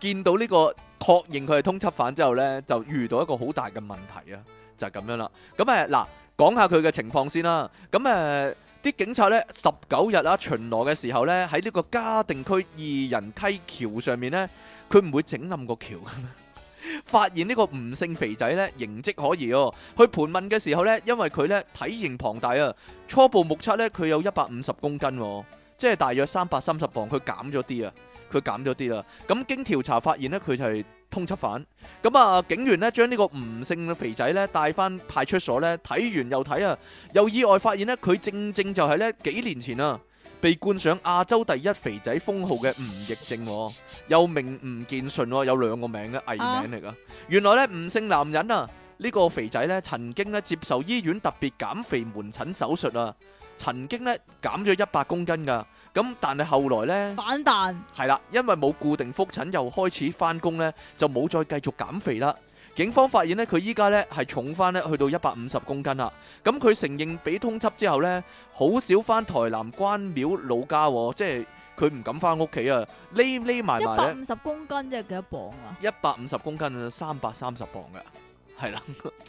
見到呢個確認佢係通緝犯之後咧，就遇到一個好大嘅問題啊，就係咁樣啦。咁誒嗱，講下佢嘅情況先啦，咁誒。啲警察咧十九日啊巡邏嘅時候咧，喺呢個嘉定區二人溪橋上面咧，佢唔會整冧個橋嘅咩？發現呢個吳姓肥仔咧形跡可疑哦。去盤問嘅時候咧，因為佢咧體型龐大啊，初步目測咧佢有一百五十公斤、喎，即係大約三百三十磅，佢減咗啲啊，佢減咗啲啦。咁經調查發現咧，佢就係通緝犯。咁啊，警員咧將呢個吳姓肥仔咧帶翻派出所咧，睇完又睇啊。又意外發現呢，佢正正就係呢幾年前啊，被冠上亞洲第一肥仔封號嘅吳奕正、喎，又名吳健順、喎，有兩個名嘅藝名嚟噶。原來呢，吳姓男人啊，呢、個肥仔呢曾經呢接受醫院特別減肥門診手術啊，曾經呢減咗一百公斤噶。咁但係後來呢。反彈，係啦，因為冇固定覆診，又開始翻工呢，就冇再繼續減肥啦。警方發現呢，佢依家呢係重翻呢，去到一百五十公斤啦。咁佢承認俾通緝之後呢，好少翻台南關廟老家、喎，即係佢唔敢翻屋企啊，匿匿埋一埋百呢，五十公斤即係幾多磅啊？一百五十公斤，三百三十磅嘅，係啦，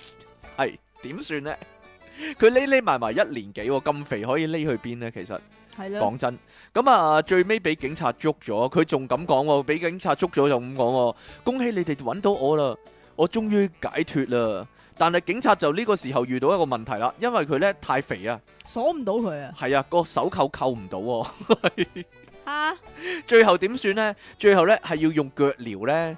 係點算呢？佢匿匿埋埋一年幾、喎，咁肥可以匿去邊呢？其實。係咯，講真，咁啊最尾俾警察捉咗，佢仲咁講喎，俾警察捉咗就咁講喎，恭喜你哋揾到我啦，我終於解脱啦。但係警察就呢個時候遇到一個問題啦，因為佢呢太肥啊，鎖唔到佢啊！係啊個手扣扣唔到喎。啊，最後點算呢？最後呢係要用腳鐐呢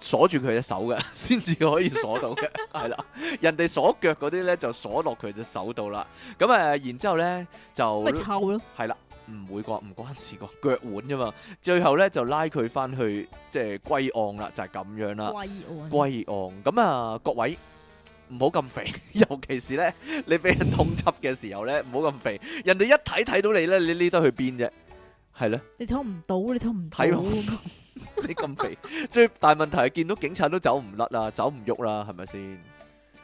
鎖住佢隻手嘅，先至可以鎖到嘅， 係啦。人哋鎖腳嗰啲呢就鎖落佢隻手度啦。咁啊，然之後呢就咪。臭咯！係啦，唔會啩，唔關事啩，腳腕啫嘛。最後咧就拉佢翻去即係歸案啦，就係、咁樣啦，怪異案，歸案。咁啊，各位唔好咁肥， 尤其是咧你俾人通緝嘅時候咧，唔好咁肥。人哋一睇睇到你咧，你呢得去邊啫？係咧，你睇唔到，你睇唔睇唔到，你咁 肥，最大問題係見到警察都走唔甩啦，走唔喐啦，係咪先？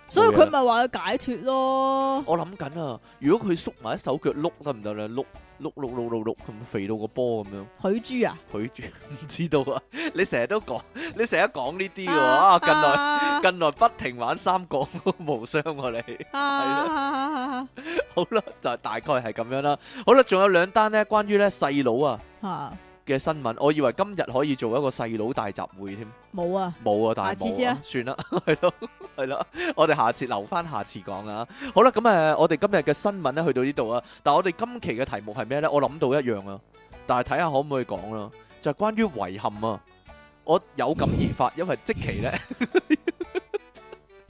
所以冇嘢佢啦咪話佢解脱咯。我諗緊啊，如果佢縮埋一手腳碌得唔得咧？碌碌碌碌碌碌咁肥到個波咁樣。許珠啊，拒 絕，唔知道啊！你成日都講，你成日講呢啲嘅喎啊！近來來近來不停玩三 國無雙喎、 你，啊好啦，就大概係咁樣啦。好啦，仲有兩單呢，關於呢細佬啊啊嘅新聞，我以為今日可以做一個細佬大集會添，冇啊，冇啊，但下係次冇先啊啊，算啦， 係咯，係啦，我哋下次留翻下次講啊。好啦，咁誒，我哋今日嘅新聞呢，去到呢度啊，但係我哋今期嘅題目係咩呢？我諗到一樣啊，但係睇下可唔可以講啦，就係關於遺憾啊。我有感而發，因為即期呢，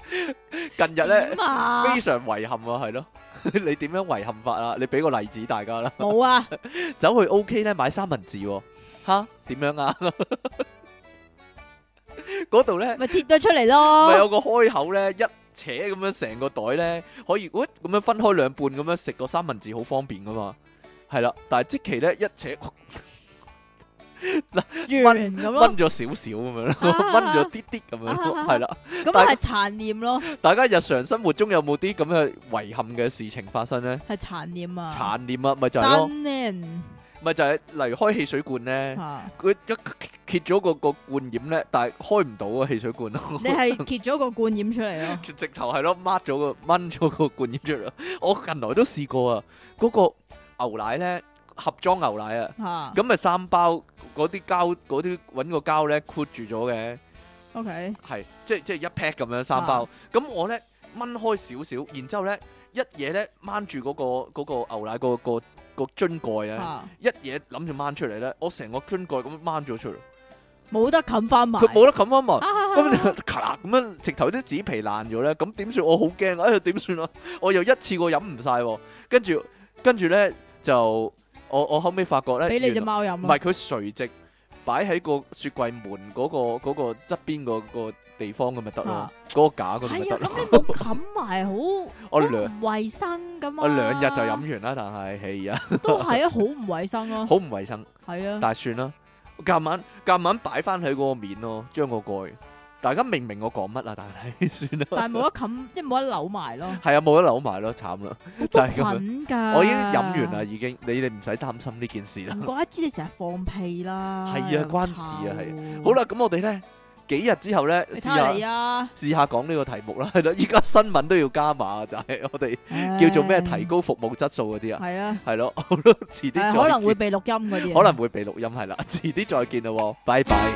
近日呢。點啊非常遺憾啊，係咯， 你點樣遺憾法啊？你俾個例子大家啦，冇啊，走去 OK 咧買三文治喎、吓點樣啊？ 嗰度咧咪貼咗出嚟咪咯，有個開口咧，一扯咁樣成個袋咧，可以喂咁樣分開兩半咁樣食個三文治好方便噶嘛，係啦，但係即期咧一扯。掹完咁咯，咗少少咁樣咯，啊掹咗啲啲咁樣咯，啊係啦。咁但係殘念咯，大家日常生活中有冇啲咁嘅遺憾嘅事情發生咧？係殘念啊，殘念啊，咪就係咯。真呢咪就係例如開汽水罐 咧，嚇，佢一揭咗個個罐掩咧，但係開唔到啊汽水罐咯，你係揭咗個冠染出 嚟咯，直頭係咯，掹咗個掹咗個罐掩出嚟。我近來都試過啊，嗰、個牛奶咧盒裝牛奶啊，咁嚇咪三包嗰啲膠嗰啲揾個膠咧括住咗嘅， ，OK，係即係即係一 pack 咁樣三包。咁、 我咧掹開少少，然之後咧一嘢咧掹住嗰、個嗰、個牛奶、個個個樽蓋啊。嚇一嘢諗住掹出嚟咧，我成個樽蓋咁掹咗出嚟，冇得冚翻埋。佢冇得冚翻埋。啊 啊啊咁 就咔啦咁樣，直頭啲紙皮爛咗咧，咁點算？我好驚，哎呀點算啊？ 我又一次過飲唔晒喎，跟住跟住咧就我我後尾發覺咧，俾你只原來貓飲唔啊係！佢垂直擺喺個雪櫃門嗰、個嗰、個側邊嗰個地方咁咪得咯啊，嗰、個架嗰度咪係得啊，咁咯。你冇冚埋好，好 我兩唔衞生噶嘛。我兩日就飲完啦，但係係啊， 都係啊，好唔衞生 咯。好唔衞生，係 啊，但係算啦，夾硬夾硬擺翻喺嗰個面咯，將個蓋。大家明唔明我講乜啊？但係 算啦，但係冇得冚，即係冇得扭埋咯。 係啊，冇得扭埋咯，慘啦！就好多係咁樣菌㗎。我已經飲完啦，。已經，你哋唔使擔心呢件事啦唔。怪得知你成日放屁啦。係啊又關事啊係臭好，啦，咁我哋咧幾日之後咧，嗯你試睇下下你啊，試下講呢個題目啦， 係啦，依家新聞都要加碼，就係我哋叫做咩提唉？高服務質素嗰啲啊，係啊，係咯，好咯，遲啲係再可能會見被錄音嗰啲啊。可能會被錄音係啦， 遲啲再見啦喎，拜拜。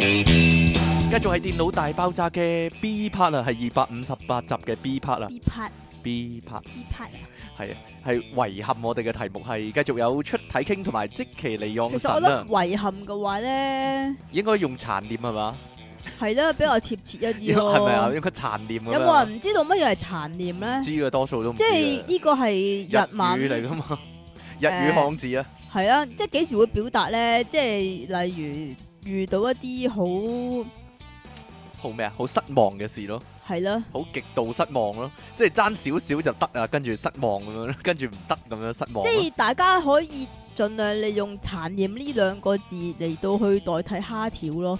繼續係電腦大爆炸嘅 B part 啊，係二百五十八集嘅 B part 啊 B part ，B part。 B part 啊。係遺憾，我哋嘅題目係繼續有出體傾同埋即其利其用神實我覺得啊，遺憾嘅話咧，應該用殘念係嘛？係啦，比較貼切一啲 咯。係咪啊？？應該殘念咁有冇樣。人唔知道乜嘢係殘念咧？知嘅多數都唔知即係嘅呢個係日語嚟文，噶嘛？日語漢字啊，係啦，即係幾時會表達咧？即係例如遇到一啲好好咩啊？好失望嘅事咯，係啦，好極度失望咯，即係爭少少就得啊，跟住失望咁樣， 跟住唔得咁樣失望即咯。係大家可以盡量利用殘念呢兩個字嚟到去代替蝦條咯。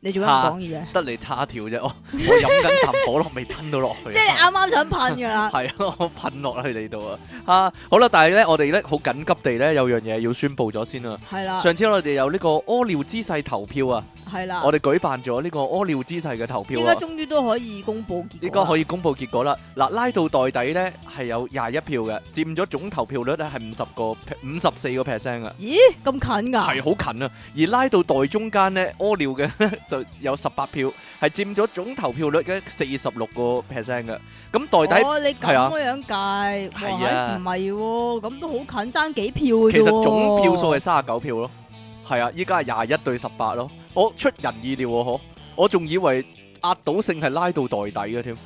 你做咩唔蝦講嘢啫？得你叉跳啫，我我飲緊啖可樂未吞到落去啊。 即係你啱啱想噴 㗎啦，係啊，我噴落去你度啊！啊，好啦，但係咧，我哋咧好緊急地咧有樣嘢要宣佈咗先啊。係啦，上次我哋有呢個屙尿姿勢投票啊，係啦我，哋舉辦咗呢個屙尿姿勢嘅投票依啊家，終於都可以公佈應結該果可啦。以公佈結果啦。嗱，拉到袋底呢係有廿一票嘅，佔咗總投票率咧係五十個五十四個 percent 嘅，咦，咁近㗎？係好近啊。而拉到袋中間呢， 屙尿嘅咧就有十八票，係佔咗總投票率嘅四十六個 percent 嘅。咁袋底哦，你咁係啊樣計，係哇啊唔係喎，咁都好近，爭幾票嘅啫喎其實總票數係三十九票咯，係啊，依家係廿一對十八咯，我出人意料喎，嗬，我仲以為壓倒性係拉到袋底嘅添，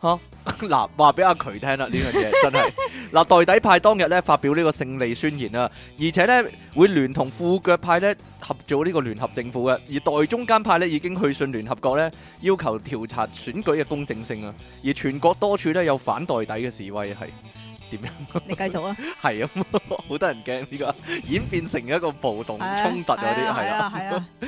吓 嗱，話俾阿渠聽啦，呢樣 嘢真係嗱，袋底派當日咧發表呢個勝利宣言啊，而且咧會聯同副腳派咧合組呢個聯合政府嘅，而袋中間派咧已經去信聯合國咧要求調查選舉嘅公正性啊，而全國多處咧有反袋底嘅示威係點樣？你繼續啊，係啊， 好得人驚呢個演變成一個暴動係啊衝突嗰啲係係啊啊，係啊，袋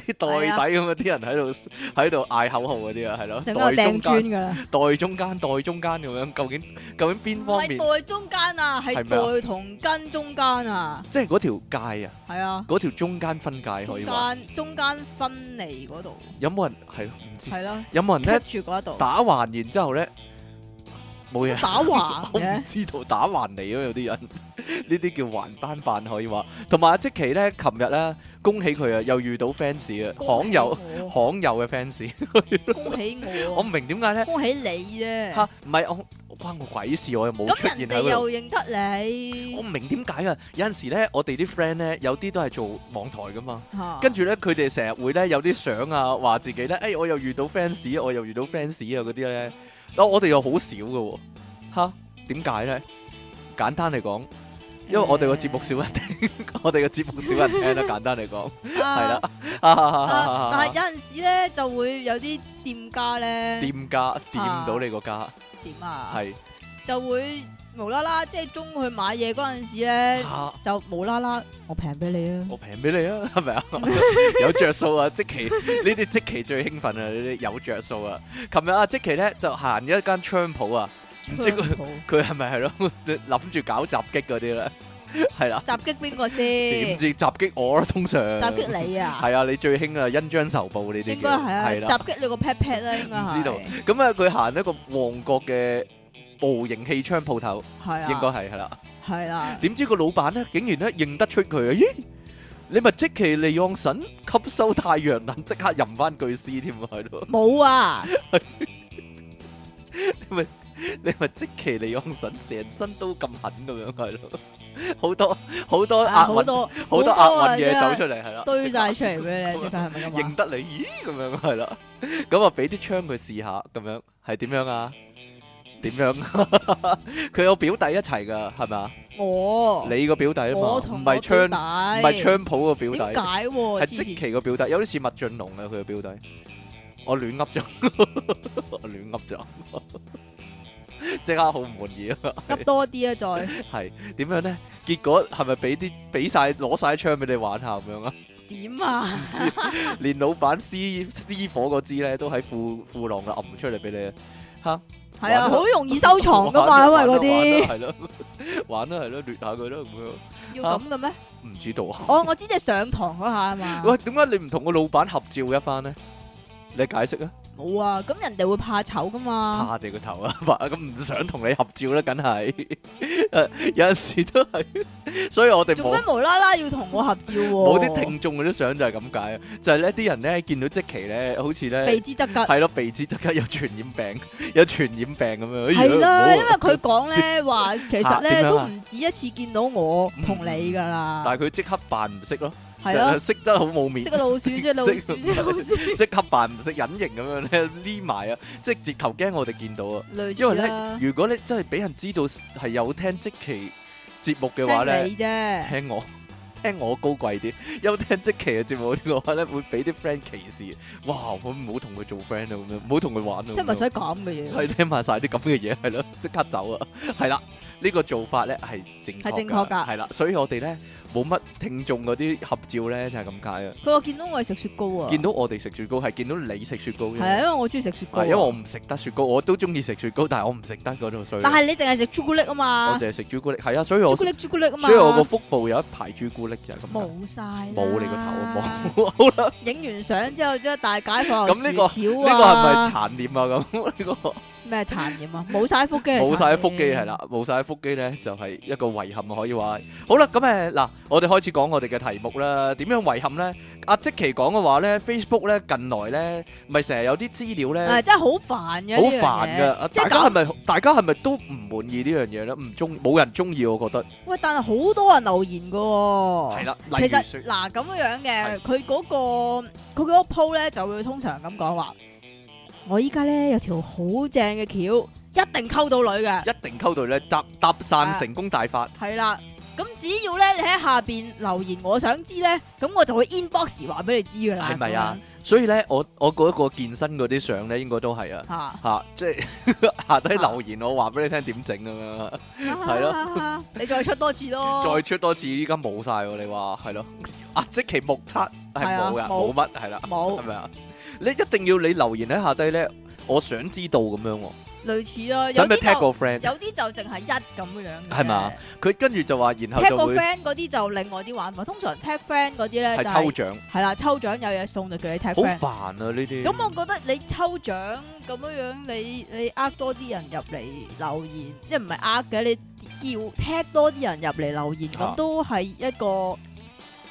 底袋係啊底咁啊，啲人喺度喺度嗌口號嗰啲啊，係咯，陣間我袋中掟磚間㗎啦，袋中間袋中間咁樣，究竟究竟邊唔方面係？袋中間啊，係係咪啊袋同根中間啊，即係嗰條界啊，係啊，嗰條中間分界中可以話，間中間分離嗰度有冇人係咯？唔知係啦，有冇人咧棘住嗰度打橫，然之後咧冇嘢。打橫我 唔嘅，知道打橫嚟咯，有啲人 呢啲叫橫班飯可以話。同埋阿即奇咧，琴日咧恭喜佢啊，又遇到 fans 啊，恭罕喜有我罕有嘅 fans。恭喜我唔我，明點解咧恭喜你啫嚇，，唔係我關我鬼事，我又冇出咁現人喺哋嗰度。又認得我你唔明點解啊！有陣時咧，我哋啲 friend 咧，有啲都係做網台噶嘛，嚇，跟住咧佢哋成日會咧有啲相啊，話自己咧，誒、我又遇到 fans，啊我又遇到 fans 啊嗰啲咧，但我哋又好少噶喎、嚇點解咧？簡單嚟講。因為我哋個節目少人聽， 我哋個節目少人聽啦，簡單嚟講，係係啦。啊但係有陣時咧就會有啲店家咧掂家掂到你個家，點啊，係就會無啦啦即係中午去買嘢嗰陣時咧，嚇就無啦啦我平俾你啊，我平俾你啊， 係 咪啊？有着數啊！即期呢啲即期最興奮啊！呢啲有着數啊！琴日啊，即期咧就行咗一間槍鋪啊，唔知佢好佢係咪係咯 諗住搞襲擊嗰啲咧？係啦，襲擊邊個點先？知襲擊我啦？通常襲擊你啊？係啊，你最興啊，恩將仇報呢啲應叫該係係啊，啦襲。擊你個 pat pat 啦，應該係唔知道咁啊，佢行一個旺角嘅模型氣槍鋪頭，係啊，應該係係啦。係啦，點知個老闆咧，竟然咧認得出佢啊！咦，你咪即其利用神吸收太陽能，即刻吟翻句詩添喎，係咯？冇啊， 你咪即其利昂神成身都咁狠咁樣係咯， 好多好多啊押好韻，多好多押啊韻嘢真係走出嚟係啦，堆 晒出嚟俾你，即刻係咪咁認啊？得你，咦咁樣係啦， 咁啊俾啲槍佢試下，咁樣係點樣啊？點樣？ 佢有表弟一齊㗎，係咪啊？我你個表弟啊嘛，哦我同唔我係表槍弟唔係槍普個表點弟。解喎？係黐即線奇個表弟，有啲似麥浚龍啊！佢嘅表弟，我亂噏咗， 我亂噏咗， 即刻好唔滿意啊！急多啲啊！再係點樣咧？結果係咪俾啲俾晒攞晒槍俾你玩下咁樣 啊？點啊？連老闆私私火嗰支咧，都喺褲褲浪度揞出嚟俾你啊！係玩啊，啦好容易收藏噶嘛，因玩啦為嗰玩啦係咯， 玩啦係咯，掠下佢咯咁樣，啲要咁嘅咩？唔知道啊！哦，我知你上堂嗰下啊嘛。喂，點解你唔同個老闆合照一番咧？你解釋啊！冇啊，咁人哋會怕醜噶嘛？趴你個頭啊！ 話咁唔想同你合照啦，梗係 有陣時都係， 所以我哋嗯做冇咩無啦啦要同我合照喎？冇啲聽眾嗰啲相就係咁解啊！就係呢啲人咧見到即期咧，好似避咧之則吉。係咯，鼻子即刻有傳染病， 有傳染病咁樣。哎呀係唔好啦，啊因為佢講 咧話，其實啊咧點樣都啊嗯唔止一次見到我同你噶但啦，係佢即刻扮唔識咯，係咯就，識得好冇面識，個老鼠，識老鼠，識老鼠，即刻扮唔識隱形咁樣咧 匿埋啊！即係直頭驚我哋見到啊！類因為似咧，啦，如果你真係俾人知道係有聽即期節目嘅聽話咧。你 啫，聽我聽我高貴啲， 因為聽即期嘅節目嘅話咧，會俾啲 friend 歧視。哇！我唔好同佢做 friend 啊，咁樣唔好同佢玩啊。即係咪使咁嘅嘢？係聽埋晒啲咁嘅嘢，係咯， 即刻走啊！係啦，呢個做法咧係正確㗎係正確㗎係啦，所以我哋咧冇乜聽眾嗰啲合照咧就係咁解啊。佢話見到我係食雪糕啊，見到我哋食雪糕係見到你食雪糕啫係啊，因為我中意食雪糕係啊，因為我唔食得雪糕，我都中意食雪糕，但係我唔食得嗰度，所以但係你淨係食朱古力啊我嘛，淨係食朱古力。係啊，所以朱我古力朱古力啊嘛，所以我個腹部有一排朱古力就係咁解。冇晒啦，冇你個頭啊冇。 影完相之後，即係大解放咁呢個條 呢個係咪殘念啊？咁 呢個咩殘念啊？冇晒腹肌，冇晒腹肌係啦，，冇晒腹肌咧就係一個遺憾啊可以話。好啦，咁誒嗱，我哋開始講我哋嘅題目啦。點樣遺憾咧？阿即奇講嘅話咧，Facebook 咧近來咧，咪成日有啲資料誒咧。真係好煩嘅，好煩嘅。噶，即係大家係咪大家係咪都唔滿意呢樣嘢咧？唔中冇人中意，我覺得喂，但係好多人留言嘅喎。係啦。例其如實説嗱咁樣嘅係，佢嗰、個佢嗰個 po 咧就會通常咁講話，我依家咧有條好正嘅橋，一定溝到女嘅，一定溝到咧，搭搭散成功大法，係啦。咁只要咧你喺下邊留言，我想知咧，咁我就會 inbox 話俾你知㗎啦。係咪啊？所以咧，我我嗰個健身嗰啲相咧，應該都係啊咁樣？。嚇吓，即係 下低留言，我話俾你聽點整咁樣啊，係咯， 你再出多次 咯再。出多次，依家冇晒喎，你話係咯？啊，即其目測係係啊冇噶，冇冇乜係啦，係冇咪啊？你一定要你留言喺下低咧，我想知道咁樣喎，類似啦，使有唔使 tag 啲個就 friend？有啲就淨係一咁樣嘅，係嘛佢跟住就話，然後？tag 就個會 friend 嗰啲就另外啲玩法，通常 tag friend 嗰啲係咧就抽係獎，係啦，抽獎有嘢送就叫你 tag 好 friend。煩啊呢啲。咁我覺得你抽獎咁樣樣，你你呃多啲人入嚟留言，即係唔係呃嘅，你叫 tag 多啲人入嚟留言，咁啊都係一個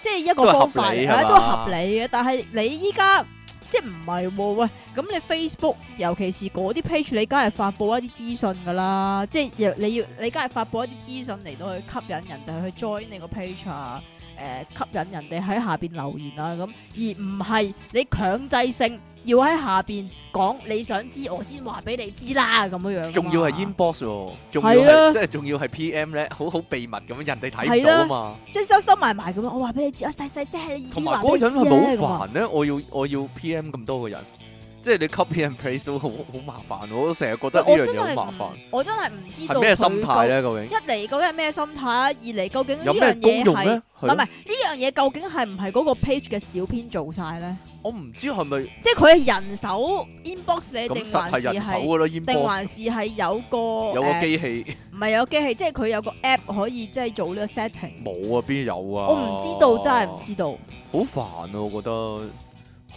即係一都個係合方法理嚟，係嘛係都合理嘅。但係你依家即係唔係喎？喂，咁你 Facebook 尤其是嗰啲 page，你梗係發布一啲資訊噶啦，即係若你要你梗係發布一啲資訊嚟到去吸引人哋去 join 你個 page 啊。誒、吸引人哋喺下邊留言啊咁，而唔係你強制性要喺下邊講你想知，我先話俾你知啦咁樣樣。仲要係 inbox 喎，仲要係啊係即係仲要係 PM 咧，好好秘密咁樣，人哋睇唔到啊嘛。即係收收埋埋咁樣，我話俾你知，我細細聲喺你同耳埋邊話嗰俾個你知人係咧咪咁啊好煩咧？我要我要 P.M. 咁多個人，即係你 copy and paste 都好好麻煩。我成日覺得呢喂樣我真嘢好係唔麻我真係唔知煩，道係咩心態佢咧？究究竟？一嚟究竟係咩心態啊？二嚟究竟竟呢有咩樣功嘢用係咧唔？係係咯唔係呢樣嘢究竟係唔係嗰個 page 嘅小編做晒咧？我唔知係咪即係佢係人手 inbox 你咁定實還係是人手係噶啦定，inbox 還是係有個有誒個機器唔係有機器，即係佢有個 app 可以即係做呢個 setting。嗯冇啊？邊有啊？我唔知道，真係唔知道，唔知，好煩啊！我覺得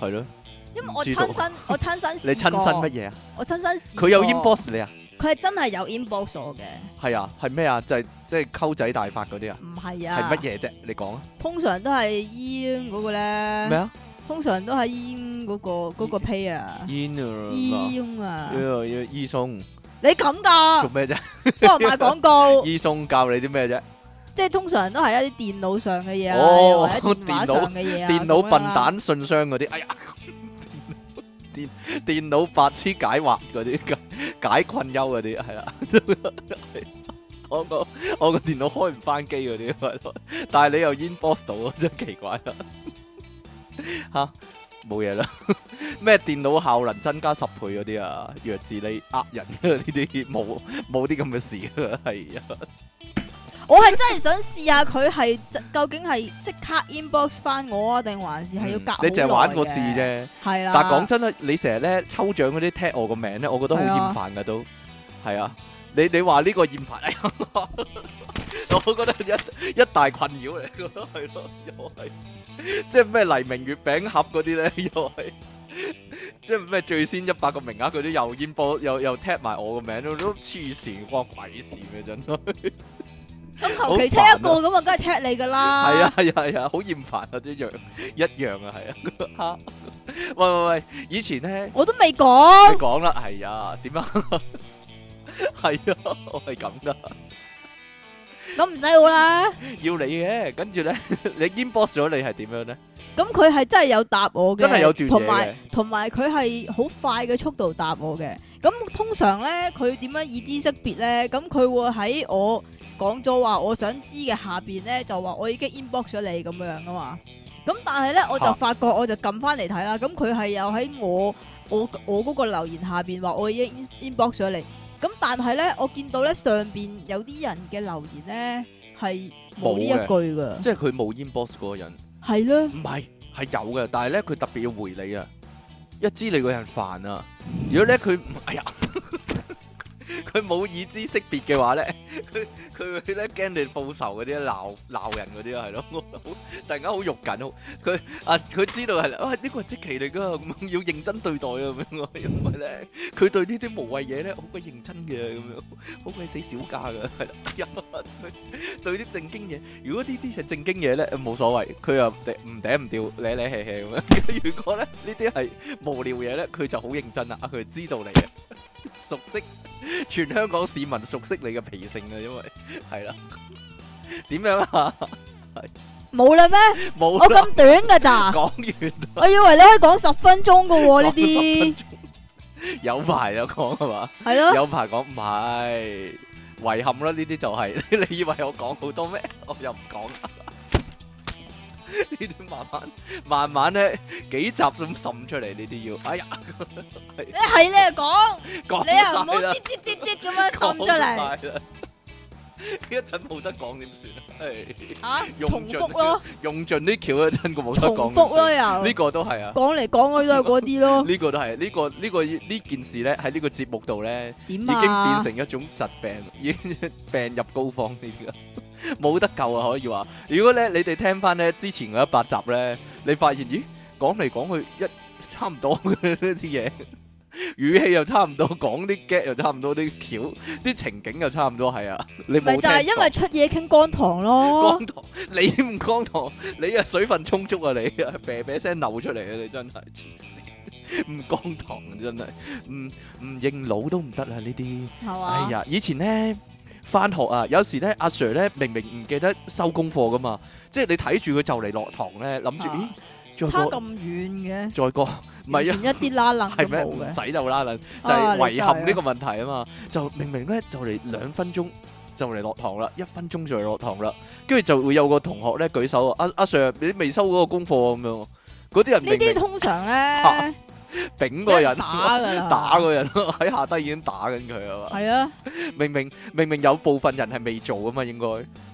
係咯，因為我唔知道親身 我親身你試親身過乜嘢啊？我親身試佢過有 inbox 你啊？佢係真係有 inbox 我嘅，係啊？係咩啊？就係即係溝仔大法嗰啲啊？唔係啊。係乜？嘢啫？你講啊？通常都係煙嗰個咩咧，啊？通常都係煙嗰個嗰個 pay 啊，煙啊嘛？煙啊，呢個醫醫生你咁噶做，咩啊啫？幫我賣廣告，醫生教你啲咩啫？即係通常都係一啲電腦上嘅嘢啊，哦又或者電話上嘅嘢啊， 電腦咁樣啦笨。蛋信箱嗰啲，哎呀，電電腦白痴解惑嗰啲解解困憂嗰啲，係啦，我個我個電腦開唔翻機嗰啲，係咯但係你又 inbox 到，真係奇怪啦，吓冇嘢啦，咩電腦效能增加十倍嗰啲啊，弱智你呃人呢啲冇冇啲咁嘅事啊，係啊，我係真係想試下佢係究竟係即刻 inbox 翻我啊，定還是係要隔好嗯你淨係玩個個事。啫。係啦。但係講真啦，你成日咧抽獎嗰啲 tag 我個名咧，我覺得好厭煩噶都，係啊，你你話呢個厭煩，哎呀 我覺得一一大困擾嚟㗎，係咯， 又係即係咩黎明月餅盒嗰啲咧，又係 即係咩最先一百個名額嗰啲又煙波又又 tag 埋我個名，都都黐線，關我鬼事咩真係？咁求其踢一個咁啊，梗係踢你噶啦。係啊，係啊係啊，好厭煩啊，一樣一樣啊係啊， 喂喂喂，以前咧。我都未講你，講啦，係啊，點啊？ 係啊，我係咁啦，咁唔使我啦。要你嘅。跟住咧， 你 inbox 咗你係點樣咧？咁佢係真係有答我嘅，真係有段嘢嘅同埋同埋佢係好快嘅速度答我嘅。咁通常咧，佢點樣以知識別咧？咁佢會喺我講咗話我想知嘅下邊咧，就話我已經 inbox 咗你咁樣噶嘛。咁但係咧，我就嚇發覺我就撳翻嚟睇啦。咁佢係又喺我我我嗰個留言下邊話我已經 in- inbox 咗你。咁但係咧，我見到咧上邊有啲人嘅留言咧係冇呢一冇句噶，即係佢冇 inbox 嗰個人，係咧。唔係係有嘅，但係咧佢特別要回你啊，一知你個人煩啊。如果咧佢唔哎呀，佢冇已知識別嘅話咧，佢佢會咧驚你報仇嗰啲鬧鬧人嗰啲啊，係 咯，好突然間好肉緊，好佢啊佢知道係啊呢個係即期嚟㗎， 咁樣要認真對待啊咁樣， 因為咧佢對呢啲無謂嘢咧好鬼認真嘅咁樣，好鬼死小家㗎，係啦，哎呀佢 對啲正經嘢，如果呢啲係正經嘢咧冇所謂，佢又唔嗲唔吊，嗲嗲氣氣咁樣。如果咧呢啲係無聊嘢咧，佢就好認真啦，佢知道你嘅，熟悉全香港市民熟悉你嘅脾性啊，因為係啦，點樣啊？冇啦咩？冇我啦，咁短 噶咋？講完啦我以為你可以講十分鐘噶喎，呢講啲十分鐘有排就講係嘛，係 咯，有排講唔係遺憾啦，呢啲就係 你以為我講好多咩？ 我又唔講啦。呢啲慢慢慢慢咧幾集咁滲出嚟，呢啲要哎呀你係 你又講，講你又唔好曬啦啲啲啲啲咁樣講滲出嚟曬啦！ 一陣冇得講點算啊？唉啊，用重盡複咯，用盡啲橋一陣個冇得講。重複咯點又算，呢個都係啊，講嚟講去都係嗰啲咯，呢個都係，呢個呢個呢件事咧喺呢個節目度咧已點經變啊？成一種疾病， 已經病入膏肓呢個， 冇得救啊可以話。如果咧你哋聽翻咧之前嗰一百集咧，你發現咦講嚟講去一差唔多嘅呢啲嘢。 語氣又差唔多，講啲 get 又差唔多，啲橋、啲情景又差唔多，係啊，你冇咪就係聽因為出嘢傾乾糖 咯，光堂，你唔光堂，你啊水分充足啊，你啊啤啤聲流出嚟啊，你真係 黐線唔光堂啊真係，唔唔認老都唔得啊呢啲。係哎嘛？呀，以前咧翻學啊，有時咧阿 Sir 咧明明唔記得收功課噶嘛，即係你睇住佢就嚟落堂咧，諗住咦啊再差過咁遠嘅，再過，唔係啊完。全一啲拉楞都係咩？冇唔嘅，使就啦啦，就啊係你遺憾呢真個問題啊嘛。就明明咧就嚟兩分鐘就嚟落堂啦，一分鐘就嚟落堂啦，跟住就會有個同學咧舉手啊，阿阿 Sir 你未收嗰個功課咁樣，嗰啲人呢明啲明通常咧頂俾個人人打噶啦， 打個人咯，喺下低已經打緊佢啊嘛。係啊，明明明明有部分人係未做啊嘛，應該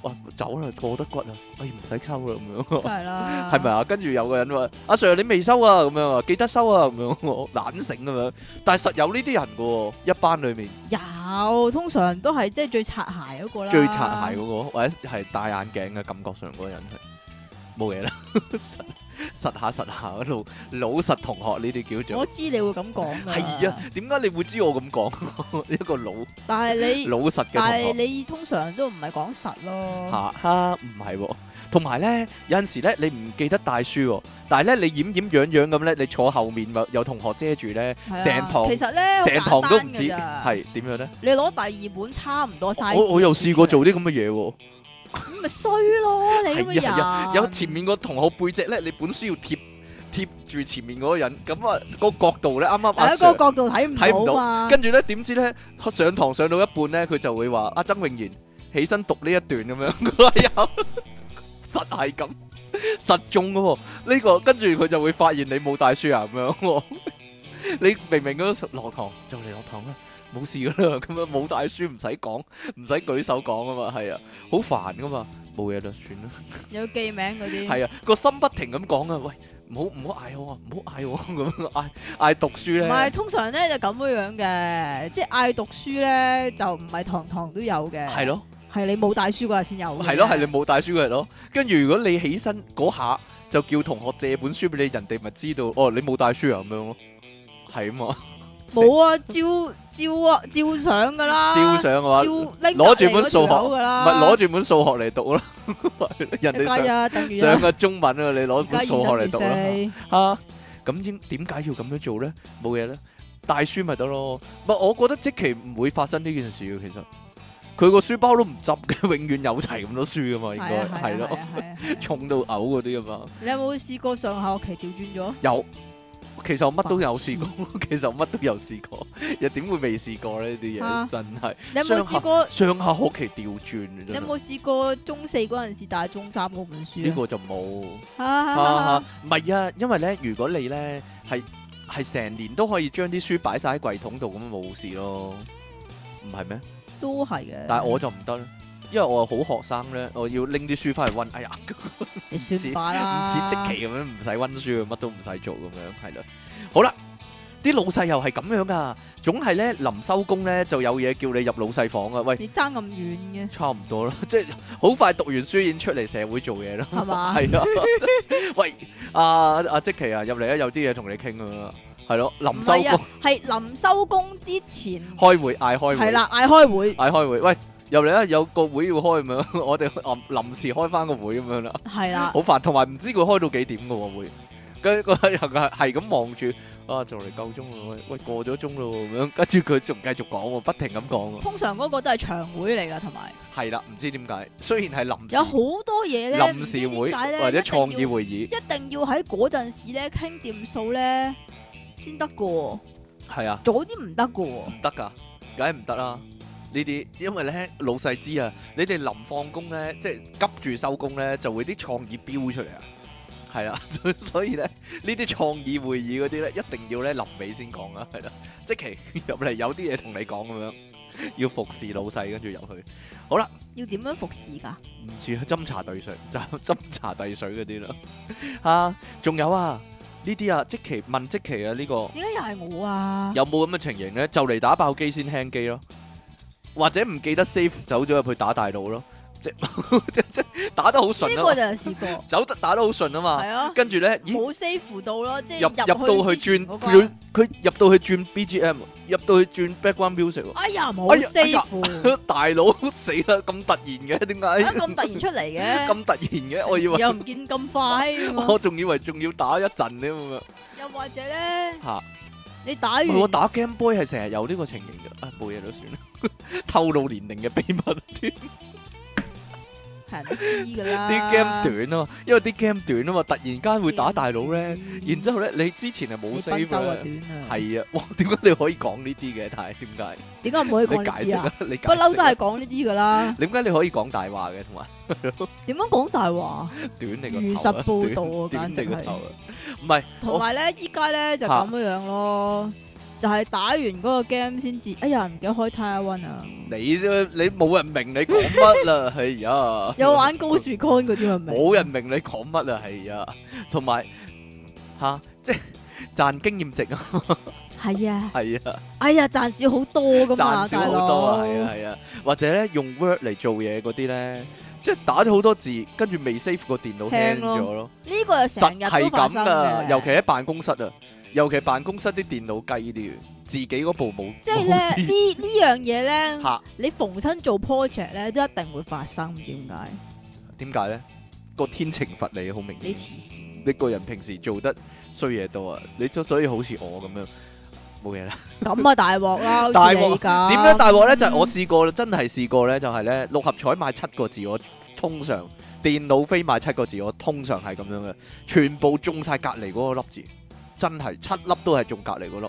哇走啦，過得骨啊，哎唔使溝啦咁梗樣，係啦，係咪啊？跟住有個人話：阿 Sir 你未收啊，咁樣啊，記得收啊，咁樣 我懶醒咁樣。但係實有呢啲人嘅喎，一班裡面有，通常都係即係最擦鞋嗰個啦。最擦鞋嗰個，或者係戴眼鏡嘅感覺上嗰個人係冇嘢 啦，實實下實下老老實同學呢啲叫做我知你會咁講㗎。係啊？點解你會知我咁 講一個老但係你，老實嘅但同學係？你通常都唔係講實咯。吓哈，唔係喎，同埋咧，有陣時咧，你唔記得帶書喎，但係咧，你掩掩樣樣咁咧，你坐後面咪有同學遮住咧，係啊成堂其實咧，好成堂都唔簡單知㗎咋係點樣咧？你攞第二本差唔多 size，我我又試過嘅書出嚟，做啲咁嘅嘢喎。咁咪衰咯，你咁嘅係啊人，有前面個同學背脊咧，你本書要貼貼住前面嗰個人，咁啊個角度咧啱啱阿喺嗰 Sir，個角度睇唔睇唔到到嘛，跟住咧點知咧上堂上到一半咧，佢就會話阿曾穎賢起身讀呢一段咁樣，佢有實係咁實中嘅喎，呢個跟住佢就會發現你冇帶書啊咁樣喎，你明明嗰時落堂就嚟落堂啦。冇事噶啦，咁樣冇帶書唔使講，唔使舉手講啊嘛，係啊，好煩噶嘛，冇嘢啦，算啦。有記名嗰啲，係啊，個心不停咁講啊，喂，唔好唔好嗌我啊，唔好嗌我咁樣嗌嗌讀書唔係咧，通常咧就咁樣嘅，即係嗌讀書咧就唔係堂堂都有嘅，係，咯，係你冇帶書嗰日先有嘅，係咯，係你冇帶書嘅人咯。跟住如果你起身嗰下就叫同學借本書俾你，人哋咪知道哦，你冇帶書啊咁樣咯，係啊嘛，冇啊，照照啊，照相噶啦，照相嘅話，照唔拎啊攞隔離住本嗰數學條友㗎啦，係攞住本數學嚟讀 咯，人哋一加上一等於一，上嘅中文啊，你攞一加本二數學等於嚟讀啦。四。啊，咁應點解要咁樣做咧？冇嘢咧，帶書咪得咯。唔係，我覺得即期唔會發生呢件事嘅，其實佢個書包都唔執嘅， 永遠有齊咁多書噶嘛，應該係係啊，係啊，咯，係啊，係啊重到嘔嗰啲噶嘛。你有冇試過上下學期調轉咗？有，其實我乜都有試過， 其實我乜都有試過，又點會未試過呢啲嘢啊真係你有冇試過？上下學期調轉啊你真有係冇試過中四嗰陣時帶中三嗰本書呢啊？個就冇。啊啊啊啊啊，唔係啊，因為咧，如果你咧係係成年都可以將啲書擺晒喺櫃桶度，咁冇事咯，唔係咩？都係嘅。但係我就唔得啦，因為我係好學生咧，我要拎啲書翻去温。哎呀，你算罷唔啦，似即期咁樣，唔使温書，乜都唔使做咁樣，係啦。好啦，啲老細又係咁樣噶，總係咧臨收工咧就有嘢叫你入老細房啊，喂。你爭咁遠嘅，差唔多啦， 即係好快讀完書已經出嚟社會做嘢啦， 係嘛係啊， 喂，阿阿即奇啊，入嚟啊，有啲嘢同你傾啊，係咯，唔臨係收啊工，係臨收工之前，開會嗌開係會，啦，嗌開會，嗌開會，喂，入嚟啊，有個會要開咁樣，我哋臨臨時開翻個會咁樣啦，係啦，好煩，同埋唔知佢開到幾點嘅喎會，跟住個人 係係咁望住，啊，就嚟夠鐘啦，喂，喂過咗鐘咯咁樣，跟住佢仲繼續講喎，不停咁講喎，通常嗰個都係長會嚟㗎，同埋係啦，唔知點解，雖然係臨時有好多嘢咧，臨時唔知會點解咧或者一定創要意會議，一定要喺嗰陣時咧傾掂數咧先得噶，係啊，早啲唔得噶。唔得噶，梗係唔得啦。呢啲因為咧老細知啊，你哋臨放工咧，即係急住收工咧，就會啲創意飆出嚟啊。係啦， 所以所以咧呢啲創意會議嗰啲咧，一定要咧臨尾先講啊，係啦，即期 入嚟有啲嘢同你講咁樣，要服侍老細，跟住入去，要點樣服侍㗎？唔似斟茶遞水， 就斟茶遞水嗰 啲啦。啊，仲有啊，呢啲啊，即期問即期啊，呢、個。點解又係我啊？有冇咁嘅情形咧？就嚟打爆機先輕機咯，或者唔記得 save 走咗入去打大佬咯，即 即即打得好呢順個啊嘛，就有試過，走得打得好順啊嘛，係啊，跟住咧，咦冇 save 到咯，即係入入到去去轉之前嗰關轉，佢入到去轉 BGM，入到去轉 background music，喎 哎呀冇哎呀哎呀 save，大佬死啦！咁突然嘅，點點解解咁突然出嚟嘅？咁突然嘅？我以平時為又唔見咁快 喎，我仲以為仲要打一陣添咁啊！又或者咧嚇，你打完我打 Game Boy 係成日有呢個情形嘅，啊冇嘢都算啦， 透露年齡嘅秘密。係人都知㗎啦，啲 game 短啊嘛，因為啲 game 短啊嘛，突然間會打大佬咧，嗯然之後咧你之前係冇你賓 save 州啊嘅，短啊，係啊，哇，點解你可以講呢啲嘅？但係點解？點解唔可以你講呢解啲釋啊？啊，你解不嬲都釋啊係講呢啲㗎啦，點解你可以講大話嘅，同 埋點樣講大話？短你如個實頭啊，報導啊短簡短直你個係頭啊，唔係同埋咧，依家咧就嚇咁樣樣咯，就係打完嗰個 game 先至，哎呀唔記得開 t i One 啊，你啫，你冇人明你講乜啦，係呀，有玩高樹 con 嗰啲係咪？冇人明你講乜啦，係呀，同埋吓即係賺經驗值啊，係啊，係啊。哎呀賺少好多噶嘛，賺少大好佬多啊，係啊係啊，或者咧用 Word 嚟做嘢嗰啲咧，即係打咗好多字，跟住未 save 個電腦輕輕咯咗咯，呢個又成實日都係發生咁啊！嘅，尤其喺辦公室啊，尤其係辦公室啲電腦雞啲嘅，自己嗰部冇，即係咧冇事呢呢樣嘢咧，嚇你逢親做 project 咧都一定會發生，唔知點解？點解咧？個天懲罰你，好明你顯。黐線，你個人平時做得衰嘢多啊，你所所以好似我咁樣冇嘢啦。咁啊大鑊啦，好大似鑊你咁。點樣大鑊呢？就係我試過啦，真係試過呢，就係呢六合彩買七個字，我通常電腦飛買七個字，我通常係咁樣嘅，全部中晒隔離嗰個粒字，真係七粒都係中隔離嗰粒，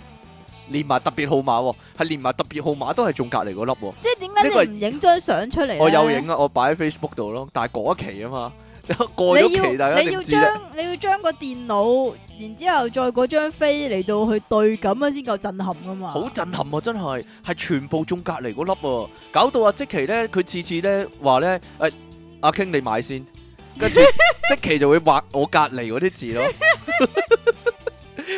連埋特別號碼喎，係連埋特別號碼都係中隔離嗰粒喎。即係點解你唔影張相出嚟呢我有影啊，我擺喺 Facebook 度咯，但係嗰一期啊嘛， 過咗你要期大家你點要知啫？將你要將個電腦，然之後再嗰張飛嚟到去對咁樣先夠震撼噶嘛。好震撼啊！真係係全部中隔離嗰粒喎，搞到阿即奇咧，佢次次咧話咧，誒、阿 King 你買先， 跟住即奇就會畫我隔離嗰啲字咯。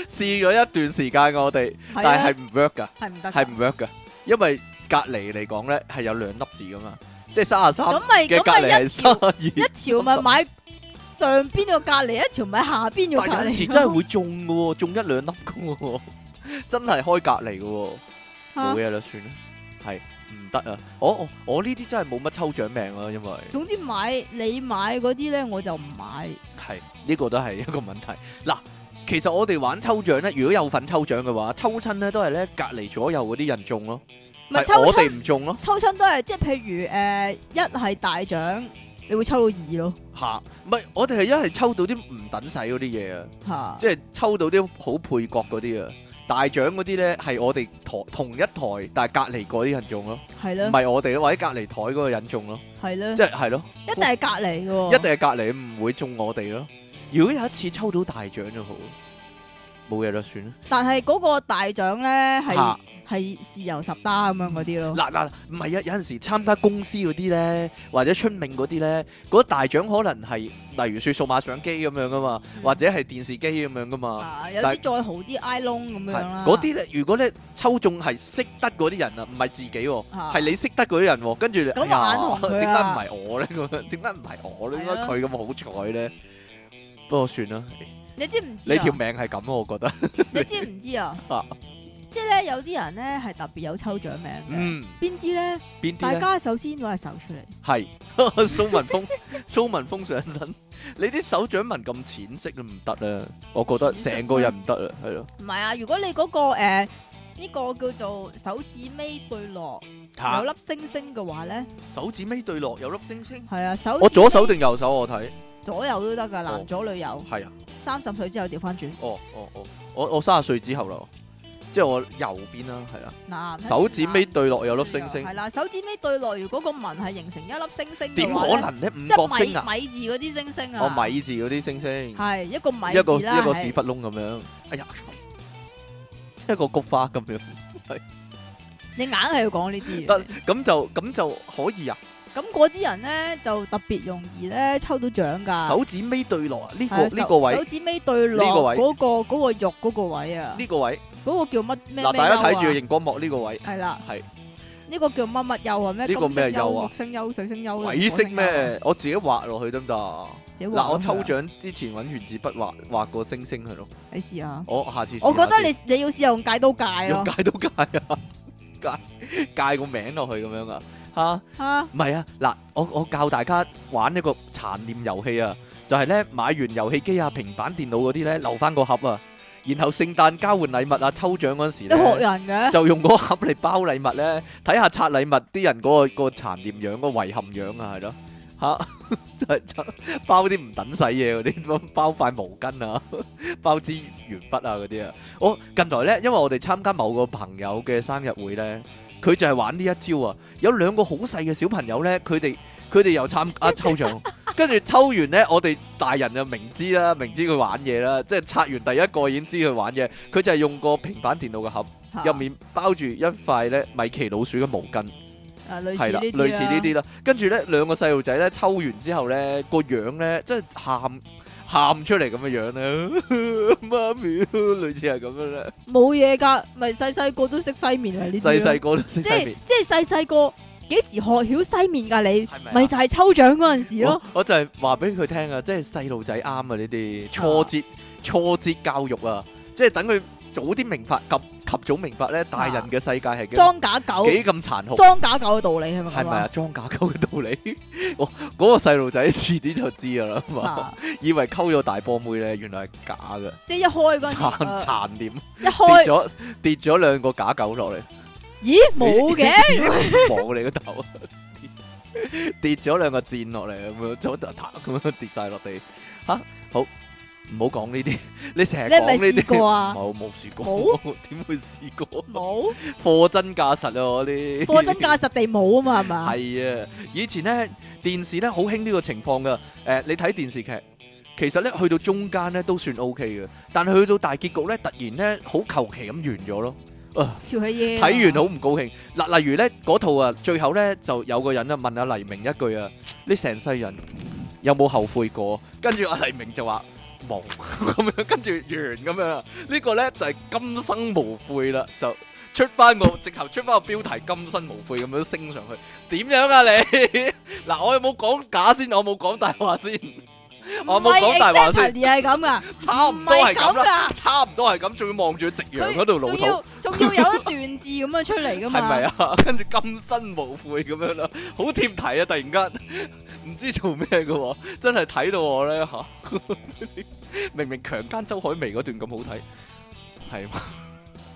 試咗一段時間我哋，係但係啊係唔 work 噶，係唔得㗎，係唔 work 噶，因為隔離嚟講咧係有兩粒字噶嘛，即係三十三咁咪嘅咁隔離咪係一三條十二。一條咪買上邊個隔離，一條咪下邊個但隔有離。 陣時真係會中噶喎，中一兩粒噶喎， 真係開隔離噶喎。嚇冇嘢啦，算啦，係唔得啊！我我我呢啲真係冇乜抽獎命啊，因為總之買你買嗰啲咧，我就唔買。係呢個都 係一個問題。嗱，其實我哋玩抽獎咧，如果有份抽獎嘅話，抽親咧都係咧隔離左右嗰啲人中咯，唔係係抽我親哋唔中咯抽親都係即係譬如誒一係大獎，你會抽到二咯吓，唔係我哋係一係抽到啲唔等使嗰啲嘢啊，嚇。即係抽到啲好配角嗰啲啊。大獎嗰啲咧係我哋台同一台，但係隔離嗰啲人中咯，係唔咯係我哋咯，或者隔離台嗰個人中咯，係咯，即係係咯。一定係隔離嘅喎。一定係隔離唔會中我哋咯。如果有一次抽到大獎就好，冇嘢啦，算啦。但係嗰個大獎咧係嚇係豉油十打咁樣嗰啲咯。嗱嗱，唔係啊，有陣時參加公司嗰啲咧，或者春茗嗰啲咧，嗰大獎可能係例如説數碼相機咁樣噶嘛，嗯或者係電視機咁樣噶嘛。啊，有但啲再好啲 i l o n 咁樣係啦。嗰啲咧，如果咧抽中係識得嗰啲人啊，唔係自己喎，嚇係你識得嗰啲人喎，跟住你咁哎眼呀，紅佢點解唔啦係我咧？咁樣點解唔係我咧？點解係啊佢咁好彩咧？不過算啦，你知唔知你啊條？命係咁啊，我覺得。 你知唔知啊啊？即係咧，有啲人咧係特別有抽獎名嘅。嗯，啊邊啲咧？邊啲大咧？家首先攞隻手出嚟，係 蘇文峰，蘇文峰上身，你啲手掌紋咁淺色都唔得啦，我覺得淺色咩成個人唔得啦，係咯，唔係啊！如果你嗰個誒呢個叫做手指尾對落有嚇粒星星嘅話咧，手指尾對落有粒星星，係啊，手我左手定定右手我睇，左右都得㗎，哦男左女右。係啊，三十歲之後調翻轉，哦哦哦，我我三十歲之後啦，即係我右邊啦，係啊，嗱，手指尾對落有粒星星係，啦，手指尾對內，如果個紋係形成一粒星星點嘅話咧可能咧？五即角係米星啊，米字嗰啲星星我啊，米字嗰啲星星，係一個米一個字啦，一個係屎忽窿咁樣，哎呀，一個菊花咁樣，你硬係要講呢啲得嘅。咁就咁就可以啊。咁嗰啲人咧就特別容易咧抽到獎㗎。手指尾對落啊！呢、係啊個呢手個位手指尾對呢個落位嗰個嗰個肉嗰個位啊，呢個位嗰個叫乜咩咩嗱，大家睇優住啊熒光幕呢個位係啦，係呢個叫乜乜優啊？咩呢個金星咩優優、啊木星優、水星優、鬼火星識優啊？咩？我自己畫落去得唔得啊？自己畫嗱，我咁抽樣，獎之前揾原子筆畫畫個星星係咯，你試下。我下次試下我覺得先你你要試用戒刀戒用咯，戒都戒 啊，戒戒個名落去咁樣啊嚇。嚇唔係啊，嗱，我我教大家玩一個殘念遊戲啊，就係咧買完遊戲機啊、平板電腦嗰啲咧，留翻個盒啊，然後聖誕交換禮物啊、抽獎嗰陣時你咧。學人嘅，就用嗰個盒嚟包禮物咧，睇下拆禮物啲人嗰、個、個殘念樣、個遺憾樣啊，係咯，嚇就係就包啲唔等使 嘢嗰啲，包塊毛巾啊， 包支鉛筆啊嗰啲啊。我近來咧，因為我哋參加某個朋友嘅生日會咧，佢就係玩呢一招啊。有兩個好細嘅小朋友咧，佢哋佢哋又參加抽獎。跟住抽完咧，我哋大人就明知啦，明知佢玩嘢啦，即係拆完第一個已經知佢玩嘢。佢就係用個平板電腦嘅盒。嚇入面包住一塊咧米奇老鼠嘅毛巾，啊類似係啦，呢啲類似呢啦啲啦。跟住咧，兩個細路仔咧抽完之後咧，個樣咧即係喊喊出嚟咁嘅樣咧， 媽咪，類似係咁樣咧。冇嘢㗎，咪細細個都識西面啊呢啲咯細細個都識即西係面，即係細細個幾時學曉西面㗎你？係咪咪啊？就係抽獎嗰陣時咯我，我就係話俾佢聽啊，即係細路仔啱啊！呢啲挫折挫折教育啊，即係等佢早啲明白及及及早明白咧，大人嘅世界係幾裝假狗，幾咁殘酷。裝假狗嘅道理係咪係咁咪啊？裝假溝嘅道理， 我嗰個細路仔遲啲就知㗎啦啊？嘛，啊以為溝咗大波妹咧，原來係假嘅，即係一開嗰陣 時殘呃殘點一跌 開，咗跌咗兩個假狗落嚟。咦冇嘅，嘅， 冇你個頭，跌咗兩個箭落嚟咁樣，左嗒嗒咁樣跌晒落地。吓，好，唔好講呢啲， 你成日你係咪講呢啲，試過啊冇冇試過，冇 點會試過？冇貨真價實啊！我啲貨真價實地冇啊嘛係嘛？係啊！以前咧電視咧好興呢個情況噶，誒、你睇電視劇，其實咧去到中間咧都算 O K 嘅，但係去到大結局咧，突然咧好求其咁完咗咯。啊條氣嘢啊睇完好唔高興。嗱，例如咧嗰套啊，最後咧就有個人啊問阿黎明一句啊：你成世人有冇後悔過？跟住阿黎明就話冇 咁樣，跟住完咁樣啦。呢個咧就係今生無悔啦，就出翻個直頭出翻個標題今生無悔咁樣升上去。點樣啊你？ 嗱，我有冇講假先？我冇講大話先，我有冇講大話先，係 exactly 係咁噶，差唔唔多係係咁咁啦，噶。差唔多係咁，仲要望住夕陽嗰度老仲土。要仲要有一段字咁樣出嚟噶 嘛？係咪啊？跟住今生無悔咁樣啦，好貼題啊！突然間嗯唔知做咩嘅喎，真係睇到我咧嚇， 明明強姦周海媚嗰段咁好睇，係嘛？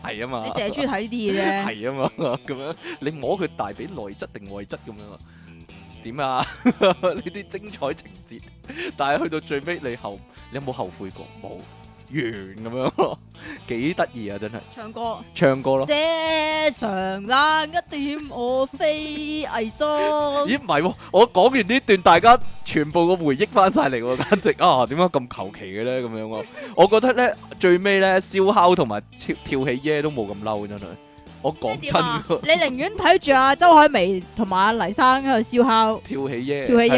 係啊嘛你，淨係中意睇呢啲嘅啫，係啊嘛，咁樣你摸佢大髀內側定外側咁樣啊？嗯點啊？ 呢啲精彩情節，但係去到最尾你後，你有冇後悔過？冇，完咁樣咯，幾得意啊！真係唱歌唱歌咯。正常啦，一點我非偽裝，咦，唔係喎！我講完呢段，大家全部個回憶翻晒嚟喎，簡直啊！點解咁求其嘅咧？咁樣喎，我覺得咧最尾咧燒烤同埋跳跳起耶都冇咁嬲，真係。我即係講真點啊喎，你寧願睇住阿周海媚同埋阿黎生喺度燒烤跳起耶，跳起係啦，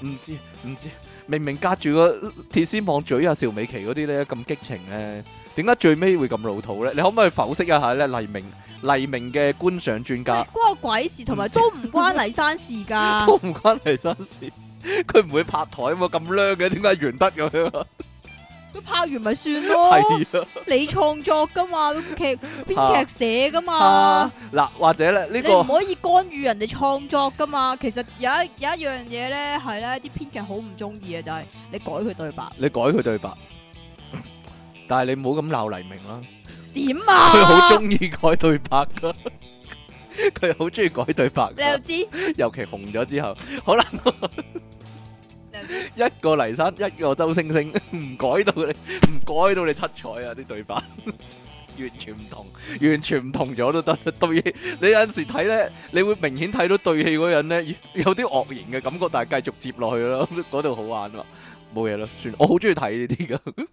啫，唔知唔知，明明隔住個鐵絲網嘴啊，邵美琪嗰啲咧咁激情咧，點解最尾會咁老土咧？你可唔可以剖析一下咧？黎明黎明嘅觀賞專家。關我鬼事，同埋都唔關黎生事 噶，都唔關黎生事，佢唔會拍台啊嘛，咁靚嘅，點解完得咁樣啊？佢拍完咪算咯，係啊。你創作噶嘛，劇編劇寫噶嘛啊。，嗱，或者咧你呢唔個可以干預人哋創作噶嘛？其實有一有一樣嘢咧，係咧啲編劇好唔中意嘅就係、你改佢對白你改佢對白， 但係你唔好咁鬧黎明啦，點啊？佢好中意改對白噶， 佢好中意改對白㗎，你又知你尤其紅咗之後，好啦，又知 一個黎生，一個周星星，唔改到你，唔改到你七彩啊啲對白。 完全唔同，完全唔同咗都得。對戲，你有陣時睇咧，你會明顯睇到對戲嗰人咧 有啲愕然嘅感覺，但係繼續接落去咯， 嗰度好玩啊，冇嘢啦，算。我好中意睇呢啲噶，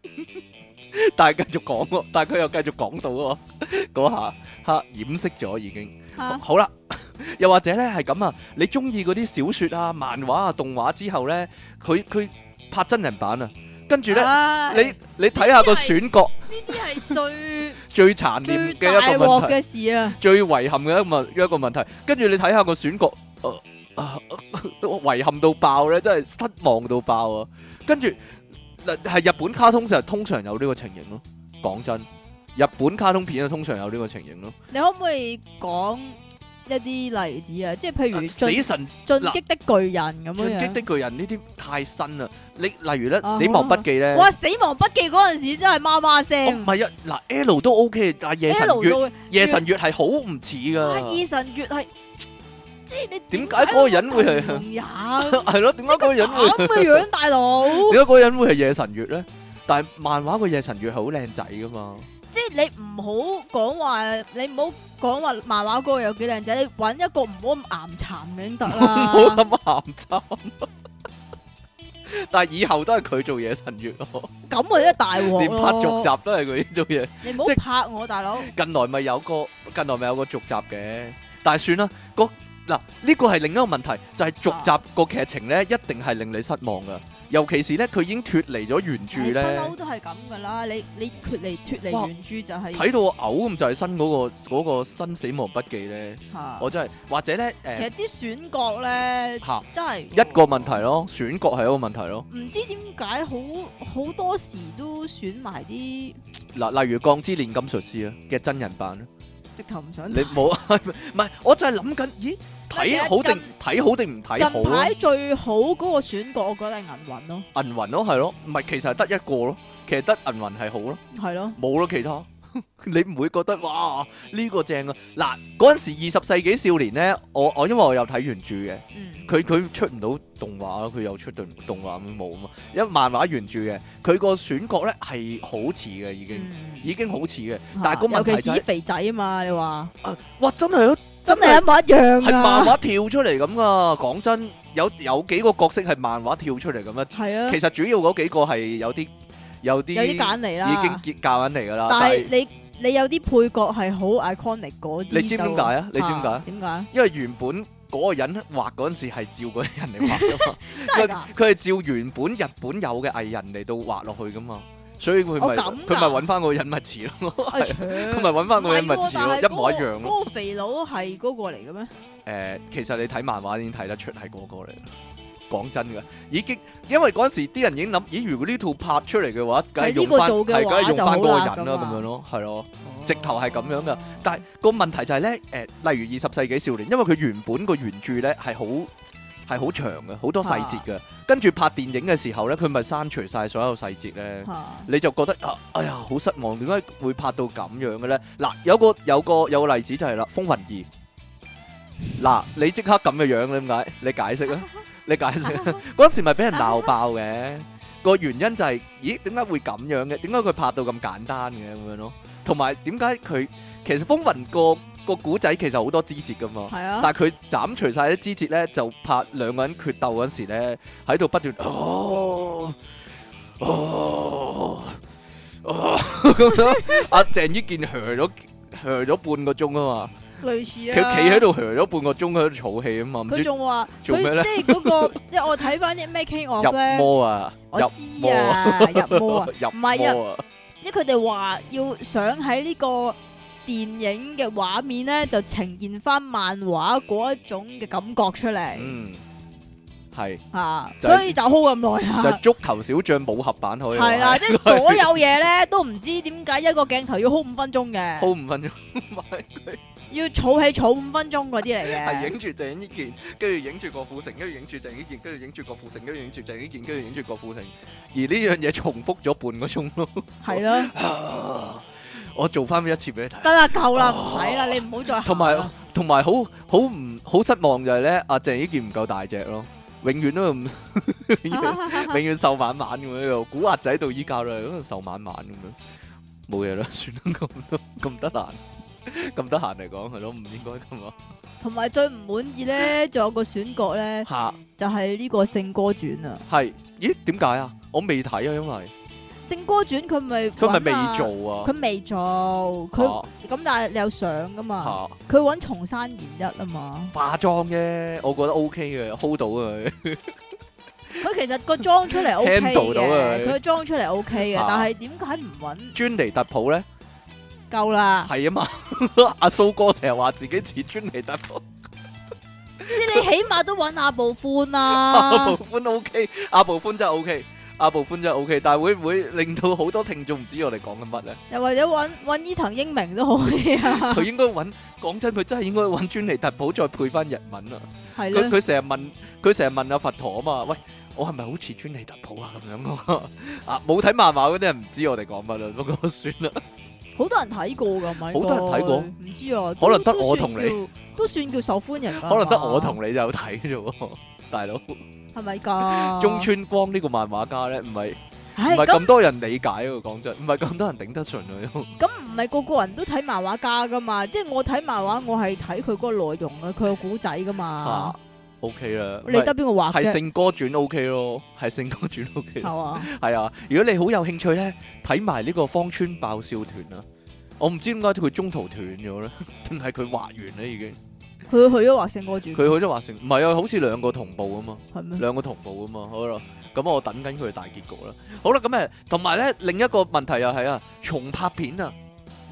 但係繼續講喎，但係佢又繼續講到喎， 嗰下嚇掩飾咗已經。嚇好啦， 又或者咧係咁啊，你中意嗰啲小說啊、漫畫啊、動畫之後咧，佢佢拍真人版啊，跟住咧，唉你你睇下個選角呢啲係最最殘最念嘅大一個問鑊題，嘅事啊！最遺憾嘅一個問一個問題，跟住你睇下個選角，呃啊遺憾到爆咧，真係失望到爆啊！跟住嗱係日本卡通就通常有呢個情形咯，講真，日本卡通片啊通常有呢個情形咯，你可唔可以講一啲例子啊？即係譬如進死神。進擊的巨人咁進樣擊樣。的巨人呢啲太新啦，你例如咧啊死亡筆記咧，哇！死亡筆記嗰陣時真係媽媽呃哦唔聲係啊，嗱 L 都 OK，但係夜神，L 月啊到夜神月係好唔似啊！噶，二神月係即係你點解嗰個人會係同人？ 係咯？ 點解嗰個人會咁嘅樣，大佬，點解嗰個人會係夜神月咧？但係漫畫個夜神月係好靚仔噶嘛，即係你唔好講話，你唔好講話漫畫嗰個有幾靚仔，你揾一個唔好咁岩殘嘅先得唔啦。好咁鹹濕。 但係以後都係佢做夜神 月咯，咁我一大鑊連拍續咯。集都係佢做嘢。你唔好即係拍我，大佬。近來咪有個近來咪有個續集嘅，但係算啦，個嗱呢個係另一個問題，就係、續啊集個劇情咧一定係令你失望噶，尤其是咧佢已經脱離咗原著唉不咧，嬲都係咁噶啦，你你脱離脱哇離原著就係睇到我嘔咁就係新嗰、個嗰個新死亡筆記咧，嚇我真係或者咧其誒實啲選角咧嚇真係一個問題咯，選角係一個問題咯，唔知點解好好多時都選埋啲嗱，例如《鋼之煉金術師》啊嘅真人版，直頭唔想你睇。冇 啊？唔係，我就係諗緊，咦，睇好定睇好定唔睇啊近好啊排？最好嗰個選角，我覺得係銀魂咯，銀魂咯，係咯，唔係其實係得一個咯，其實得銀魂係好咯，係咯，冇咯其他。 你唔會覺得哇呢、個正啊？嗱，嗰陣時二十世紀少年呢，我我因為我有睇原著嘅。嗯，佢佢出唔到動畫咯，佢又出動動畫咁冇啊嘛，因為漫畫原著嘅，佢個選角咧係好似嘅已經，嗯已經好似嘅，但係個問尤題其是就啲係，肥仔啊嘛，你話啊哇真係咯，真係一模一係樣漫啊，畫跳出嚟咁噶，講真有有幾個角色係漫畫跳出嚟咁啊，係啊其，實主要嗰幾個係有啲有啲有啲揀嚟啦，已經結教緊嚟噶啦，但但係係你你有啲配角係好 iconic 嗰啲就，你知唔知點解啊？你知唔知點解啊？？點解？因為原本嗰個人畫嗰陣時係照嗰啲人嚟畫噶嘛。 真係㗎？佢係照原本日本有嘅藝人嚟到畫落去噶嘛，所以佢咪哦咁㗎佢咪揾翻個人物詞咯，哎扯佢咪揾翻個人物唔係詞喎咯，但係一模一樣嗰個咯。嗰個肥佬係嗰個嚟嘅咩？誒，呃其實你睇漫畫已經睇得出係嗰個嚟啦。講真㗎，已經因為嗰陣時啲人已經諗，咦？如果呢套拍出嚟嘅話，梗係係呢用個翻，做嘅係梗係話用就翻好嗰個啦人啦，咁啊咁樣咯，係咯。直頭係咁樣㗎但係個問題就係咧，誒，例如《二十世紀少年》，因為佢原本個原著咧係好係好長嘅，好多細節嘅。啊跟住拍電影嘅時候咧，佢咪刪除晒所有細節咧。 嚇你就覺得啊，哎呀，好失望，點解會拍到咁樣嘅咧？嗱，有個有個有個例子就係啦，《風雲二》。嗱，你即刻咁嘅樣，點解？你解釋啊，你解釋啊。嗰陣時咪俾人鬧爆嘅，個原因就係、咦，點解會咁樣嘅？點解佢拍到咁簡單嘅咁樣咯？同埋點解佢其實《風雲》個個古仔其實好多枝節噶嘛。係啊，但係佢斬除晒啲枝節咧，就拍兩個人決鬥嗰時咧，喺度不斷哦哦哦咁樣，阿鄭伊健嘘咗嘘咗半個鐘啊嘛，類似佢啊。企喺。度嘘咗半個鐘喺度儲氣啊嘛，唔佢知仲話做咩佢咧即係嗰個，因為我睇翻啲咩 King of 入咧，魔啊，我入知魔啊，啊，入魔啊，入唔係魔啊，即係佢哋話要想喺呢個電影嘅畫面咧，就呈現翻漫畫嗰一種嘅感覺出嚟嗯，係嚇，就係所以就 hold 咁耐就啊係。足球小將武俠版可以係啦，即係所有嘢咧都唔知點解一個鏡頭要 hold 五分鐘嘅， ，hold 五分鐘，唔係要儲起儲五分鐘嗰啲 嚟係嘅。影住鄭伊健，跟住影住郭富城，跟住影住鄭伊健，跟住影住郭富城，跟住影住鄭伊健，跟住影住郭富城。而呢樣嘢重複咗半個鐘係咯， 咯。我做翻一次俾你睇。得啦，夠啦，哦唔使啦，你唔好再行同埋啦同埋好好唔好失望就係咧，阿鄭伊健唔夠大隻咯，永遠都唔永遠 永遠瘦蜢蜢咁樣又，古惑仔到依家啦，咁樣瘦蜢蜢咁樣，冇 嘢啦，算啦，咁多咁得閒，咁得閒嚟講係咯，唔應該咁啊同埋最唔滿意咧，仲有個選角咧，嚇。就係呢個《聖歌傳》啊，係，咦？點解啊？我未睇啊，因為《聖歌傳》佢咪佢咪搵啊未，做啊。哦佢未做，佢啊咁但係你有相噶嚇嘛？嚇佢揾松山研一啊嘛，化妝啫，我覺得 O K 嘅，hold 到啊佢。佢其實個裝出嚟 O K Handle 到啊嘅，佢個裝出嚟 O K 嘅嚇，但係點解唔揾專尼特普咧，夠啦？係啊嘛。 阿蘇哥成日話自己似專尼特普，即係你起碼都揾阿布寬阿啦 部，寬 O K，阿部寬真係 O K，阿部寬真係 O K，但係會唔會令到好多聽眾唔知我哋講緊 乜咧？又或者揾揾伊藤英明都好 啲啊，佢應該揾，講真，佢真係應該揾專尼特普再配翻日文啊！係佢咯，佢成日問佢成日問阿佛陀啊嘛，喂，我係咪好似專利特普啊咁樣啊？ 啊，冇睇漫畫嗰啲人唔知我哋講乜啦，不過算啦。好多人睇過㗎嘛，應該好多人睇過唔知啊，可能得都我同，都算叫都算叫受歡迎啊， 嗯可能得我同你有睇啫 喎，大佬。係咪 㗎？中村光呢個漫畫家咧，唔係唔唉，係咁咁多人理解喎，講真，唔係咁多人頂得順 啊。咁唔係個個人都睇漫畫家噶嘛，即係我睇漫畫，我係睇佢嗰個內容啊，佢個古仔噶嘛嚇，，OK 啦，啊你得邊個畫啊係啫？聖歌轉 OK 咯，係聖歌轉 OK 咯。係啊，係啊，如果你好有興趣咧，睇埋呢個芳村爆笑團啊！我唔知點解佢中途斷咗咧， 定係佢畫完咧已經。佢去咗畫聖歌傳，佢好咗畫成，唔係啊，好似兩個同步啊嘛，係咩？兩個同步啊嘛，好啦，咁我等緊佢嘅大結局啦。好啦，咁誒，同埋咧另一個問題又係啊，重拍片啊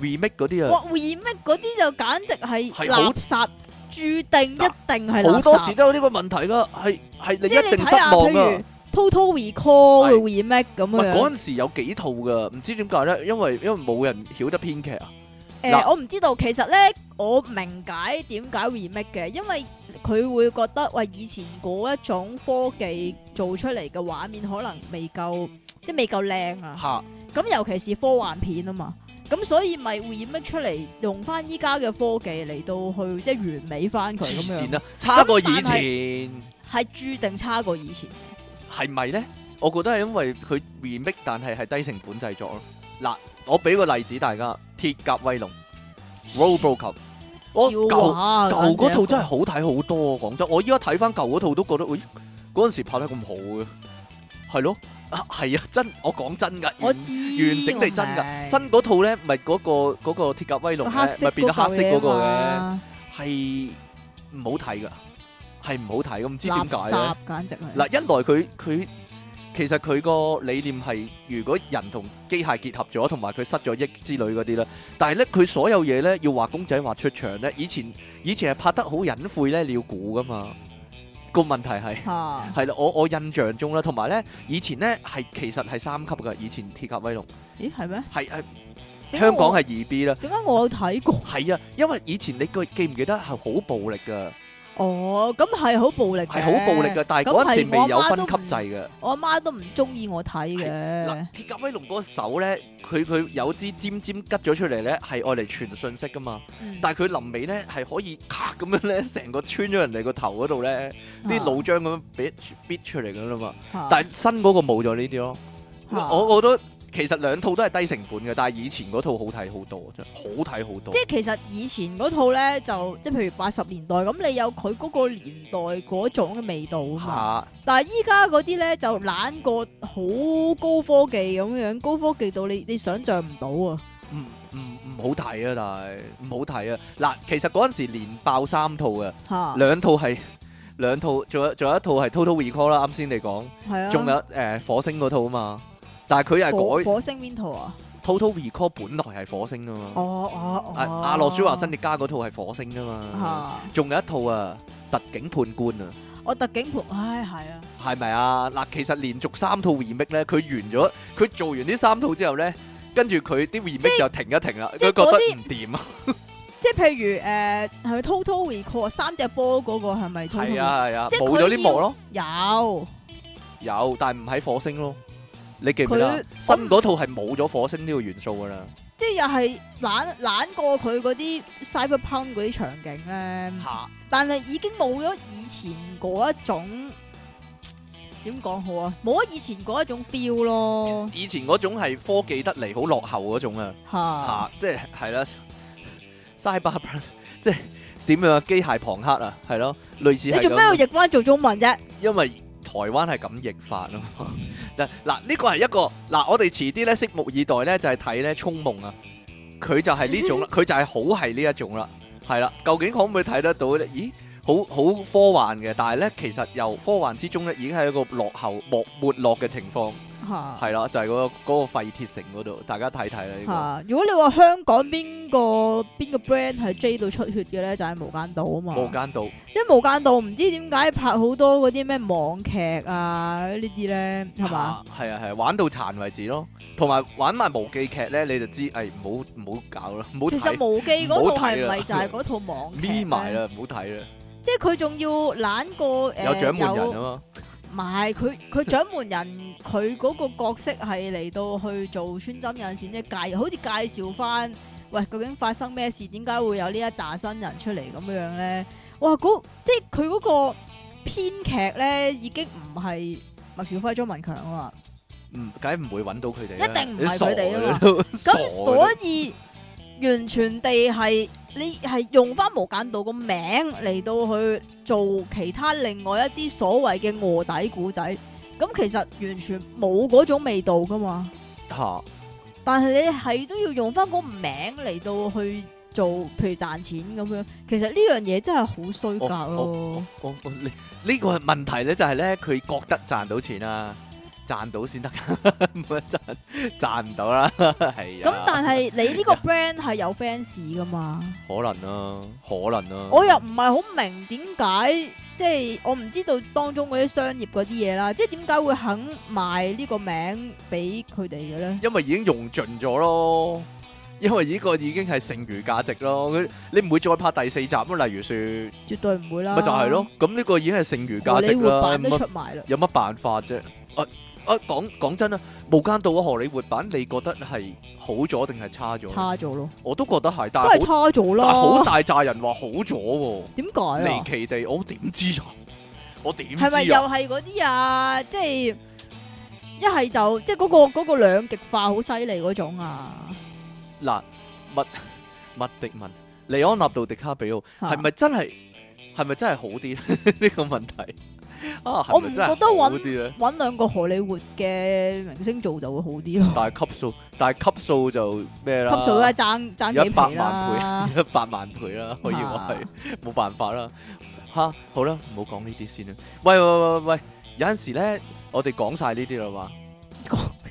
，remake 嗰啲啊，哇，remake 嗰啲就簡直係係好垃圾，注定一定係好垃多時圾。都有呢個問題噶，係係你即係一你定睇下，失譬望啊如。《 total recall 係會 remake 咁喂，嗰樣。陣時有幾套噶，唔知點解咧？因為因為冇人曉得編劇啊，誒，嗱我唔知道，其實咧我明解點解 remake 嘅，因為佢會覺得喂以前嗰一種科技做出嚟嘅畫面可能未夠，即係未夠靚啊。嚇咁尤其是科幻片啊嘛，咁所以咪 remake 出嚟用翻依家嘅科技嚟到去即係完美翻佢黐咁樣線，啊啦，差過以咁但前，係注定差過以前。係咪咧？我覺得係因為佢 remake，但係係低成本製作咯。嗱，我俾個例子大家，《鐵甲威龍》RoboCop，我笑舊話啊舊嗰套真係係好睇好多啊，講真，我依家睇翻舊嗰套都覺得，咦，嗰陣時拍得咁好嘅，係咯，啊係啊，真，我講真㗎，我原知完整地真㗎，新嗰套咧，咪嗰個嗰個鐵甲威龍個咧，黑色咪變咗黑色嗰個嘅，嘅，係唔好睇㗎，係唔好睇㗎，唔知垃點解咧圾？簡直係嗱，一來佢佢其實佢個理念係，如果人同機械結合咗，同埋佢失咗憶之類嗰啲啦。但係咧，佢所有嘢咧要畫公仔畫出場咧，以前以前係拍得好隱晦咧，你要估噶嘛。個問題係 嚇係啦，我我印象中啦，同埋咧以前咧係其實係三級噶，以前鐵甲威龍咦係咩？係係點解香港我係二 B 啦，點解我有睇過？係啊，因為以前你記記唔記得係好暴力噶，哦，咁係好暴力，係好暴力。噶，但係嗰陣時未有分級制嘅。我阿媽都唔中意我睇嘅嗱，，鐵甲威龍嗰個手咧，佢佢有支尖尖拮咗出嚟咧，係愛嚟傳信息噶嘛。嗯但係佢臨尾咧係可以咔咁樣咧，成個穿咗人哋個頭嗰度啊咧，啲嚇腦漿咁樣俾逼出嚟噶啦嘛。嚇但係新嗰個冇咗呢啲咯。啊嚇我我覺得其實兩套都係低成本嘅，但係以前嗰套好睇好多，真係好睇好多即。係其實以前嗰套咧，就即係譬如八十年代咁，你有佢嗰個年代嗰種嘅味道啊嘛。嚇但係依家嗰啲咧就懶過好高科技咁樣，高科技到你你想象唔到啊！唔唔唔好睇啊！但係唔好睇啊！嗱，其實嗰陣時連爆三套嘅，吓，兩套係兩套，仲有仲有一套係 Total Recall 啦，啱先你講。係啊，仲有誒、呃火星嗰套啊嘛，但係佢係火改火星邊套啊？ Total Recall 本來係火星噶嘛，哦哦哦，阿啊阿諾舒華辛力加嗰套係火星噶嘛，吓，仲有一套啊特警判官啊，我哦特警盤，唉係啊，係咪啊？嗱，其實連續三套 remake 咧，佢完咗，佢做完呢三套之後咧，跟住佢啲 remake 就停一停啦，佢即係覺嗰得啲唔掂 啊，即係譬如誒係咪 Total Recall 三隻波嗰個係咪 Total？係啊係啊，即係冇咗啲幕咯， Recall？有，但係唔喺火星咯。你記唔記佢得啊新咁嗰套係冇咗火星呢個元素噶啦？有，即係又係懶懶過佢嗰啲 Cyberpunk 嗰啲場景咧。嚇但係已經冇咗以前嗰一種點講好啊，冇咗以前嗰一種 feel 咯以前嗰種係科技得嚟好落後嗰種啊。吓。啊，即係係啦 c y b e 即係點樣啊？機械龐克啊，係咯，類似你係做咩要咁。啊譯翻做中文啫？因為台灣係咁譯法啊嘛。 嗱嗱，呢個係一個嗱，我哋遲啲咧拭目以待咧，就係睇咧《衝夢》啊，佢就係呢種啦，嗯佢就係好係呢一種啦，係啦，究竟可唔可以睇得到咧？咦，好好科幻嘅，但係咧其實由科幻之中咧已經係一個落後沒沒落嘅情況，吓係啦，就係嗰個嗰個廢鐵城嗰度，大家睇睇啦呢個。吓，如果你話香港邊個邊個 brand 係 J 到出血嘅咧，就係、無間道啊嘛。無間道。即係無間道，唔知點解拍好多嗰啲咩網劇啊呢啲咧，係嘛？啊？係啊係啊，玩到殘為止咯，同埋玩埋無記劇咧，你就知，誒唔好唔好搞啦，唔好其實睇，啊無記嗰唔套好係睇唔啦係就係嗰套網劇眯埋咧？啦，唔好睇啦，即係佢仲要懶過誒有獎門有人啊嘛，唔係佢佢掌門人佢嗰個角色係嚟到去做穿針引線，即係介好似介紹翻，喂究竟發生咩事？點解會有呢一紮新人出嚟咁樣咧？哇！嗰即係佢嗰個編劇咧已經唔係麥兆輝、張文強啊嘛，唔，嗯梗係唔會揾到佢哋啦，一定唔係佢哋啊嘛嘛，咁所以以完全地係你係用翻無間道個名嚟到去做其他另外一啲所謂嘅卧底古仔，咁其實完全冇嗰種味道噶嘛。嚇但係你係都要用翻個名嚟到去做，譬如賺錢咁樣。其實呢樣嘢真係好衰格我咯。哦我我你呢個問題咧就係咧，佢覺得賺到錢啦，啊賺到先得， 冇得賺，賺唔到啦，係咁啊，但係你呢個 brand 係有 fans 噶嘛？可能啦，可能啊啦，我又唔係好明點解，即係我唔知道當中嗰啲商業嗰啲嘢啦，即係點解會肯賣呢個名俾佢哋嘅咧？因為已經用盡咗咯，因為呢個已經係剩餘價值咯，佢你唔會再拍第四集咯，例如説，絕對唔會啦。咪就係咯，，咁呢個已經係剩餘價荷值里啊活啦，版有都乜出埋啦。有乜辦法啫？啊啊，講講真啊，《無間道》嘅荷里活版，你覺得係好咗定係差咗？差咗咯，我都覺得係，都但係係好差咗但係好啦。大扎人話好咗喎。點解離啊？奇地，我點知啊？我點係咪知又啊？係嗰啲啊？即係一係就即係嗰個嗰個兩極化好犀利嗰種啊？嗱，麥麥迪文、尼安納杜迪卡比奧，嚇係咪真係係咪真係好啲 呢呢個問題啊？係我唔咪真係覺得揾好啲咧，揾兩個荷里活嘅明星做就會好啲咯？但係級數，但係級數就咩啦？級數都係爭爭有幾一百皮萬啦。倍，一 百萬倍啦，可以話啊係冇辦法啦。吓，好啦，唔好講呢啲先啦。喂喂喂喂喂，有陣時咧，我哋講晒呢啲啦嘛。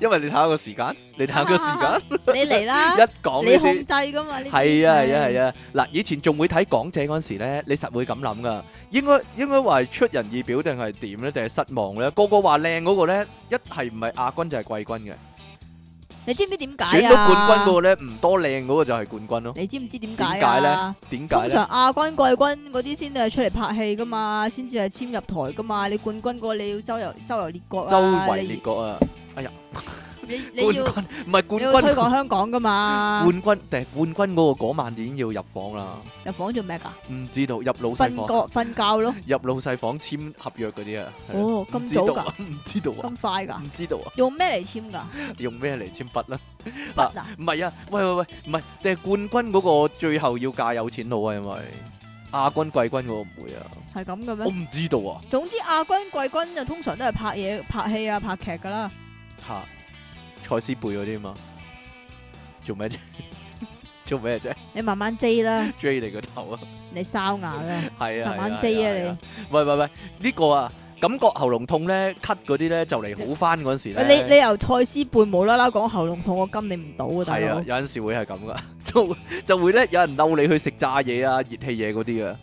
因為你睇下個時間，你睇下個時間。 你嚟 啦，一講你呢控啲制噶嘛？呢啲係啊係啊係啊！嗱，以前仲會睇港姐嗰陣時咧，你實會咁諗噶，應該應該話係出人意表定係點咧，定係失望咧？個個話靚嗰個咧，一係唔係亞軍就係季軍嘅，你知唔知點解選啊？到冠軍嗰個咧唔多靚嗰個就係冠軍咯。你知唔知點點解解呢啊？點解通咧？常亞軍、季軍嗰啲先係出嚟拍戲噶嘛，先至係簽入台噶嘛。你冠軍嗰個你要周遊周遊列國啊周圍列你國啊！你冠你要軍唔係你要冠推軍，廣香港噶嘛？冠軍定係冠軍嗰個嗰晚已經要入房啦，入房做咩㗎？唔知道入老瞓細覺房，瞓覺咯。入老細房簽合約嗰啲啊，係啊哦，唔咁知早道㗎，啊，唔知道啊，咁快㗎，唔知道啊。用咩嚟簽㗎？用咩嚟簽筆啦？嗱筆啊，唔係啊，喂喂喂，唔係，定係冠軍嗰個最後要嫁有錢佬啊，因為亞軍季軍嗰個唔會啊，係咁嘅我咩？唔知道啊，總之亞軍、季軍就通常都係拍嘢、拍戲啊、拍劇㗎啦。吓，蔡思貝嗰啲嘛，做咩啫？ 做咩啫你慢慢 J 啦， ？J 你個頭啊，你哨牙啦，係啊，慢慢係啊 J 啊！係你啊。喂喂喂，呢個啊，感覺喉嚨痛咧，咳嗰啲咧就嚟好翻嗰陣時咧，你你由蔡思貝無啦啦講喉嚨痛，我金你唔到啊，大係啊佬，！有陣時會係咁噶， 就就會咧有人嬲你去食炸嘢啊、熱氣嘢嗰啲啊，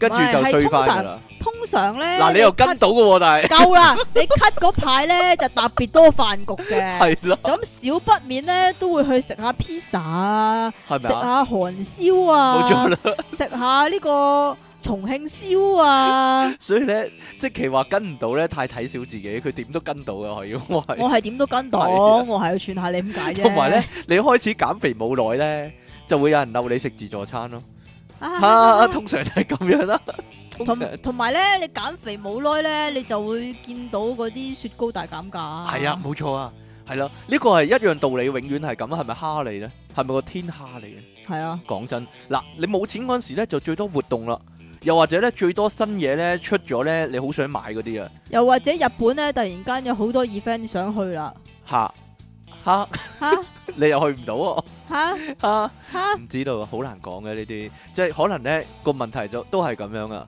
跟住唔係就係衰翻噶通常啦。通常咧，嗱，你又跟 cut- 到嘅喎，但 係夠啦， 你 cut 嗰排咧就特別多飯局嘅， 係啦，咁少不免咧都會去食下 pizza 啊，係食咪啊？下韓燒冇錯啊，啦， 食下呢個重慶燒啊，所以咧，即其話跟唔到咧，太睇小自己，佢點都跟到嘅，可以我啊我係。係點都跟到，係啊我係要串下你咁解啫。同埋咧，你開始減肥冇耐咧，就會有人嬲你食自助餐咯。啊，啊，通常就係咁樣 啦。通常同同埋咧，你減肥冇耐咧，你就會見到嗰啲雪糕大減價。係啊，，冇錯啊，係啦，呢個係一樣道理，永遠係咁，啊係咪蝦你咧？係咪個天蝦你咧？係啊。講真，嗱，你冇錢嗰陣時咧，就最多活動啦，又或者咧，最多新嘢咧出咗咧，你好想買嗰啲啊。又或者日本咧，突然間有好多 event 想去啦，吓吓，吓你又去唔到喎吓吓。吓，唔知道啊，好難講嘅呢啲，即係可能咧個問題就都係咁樣啊，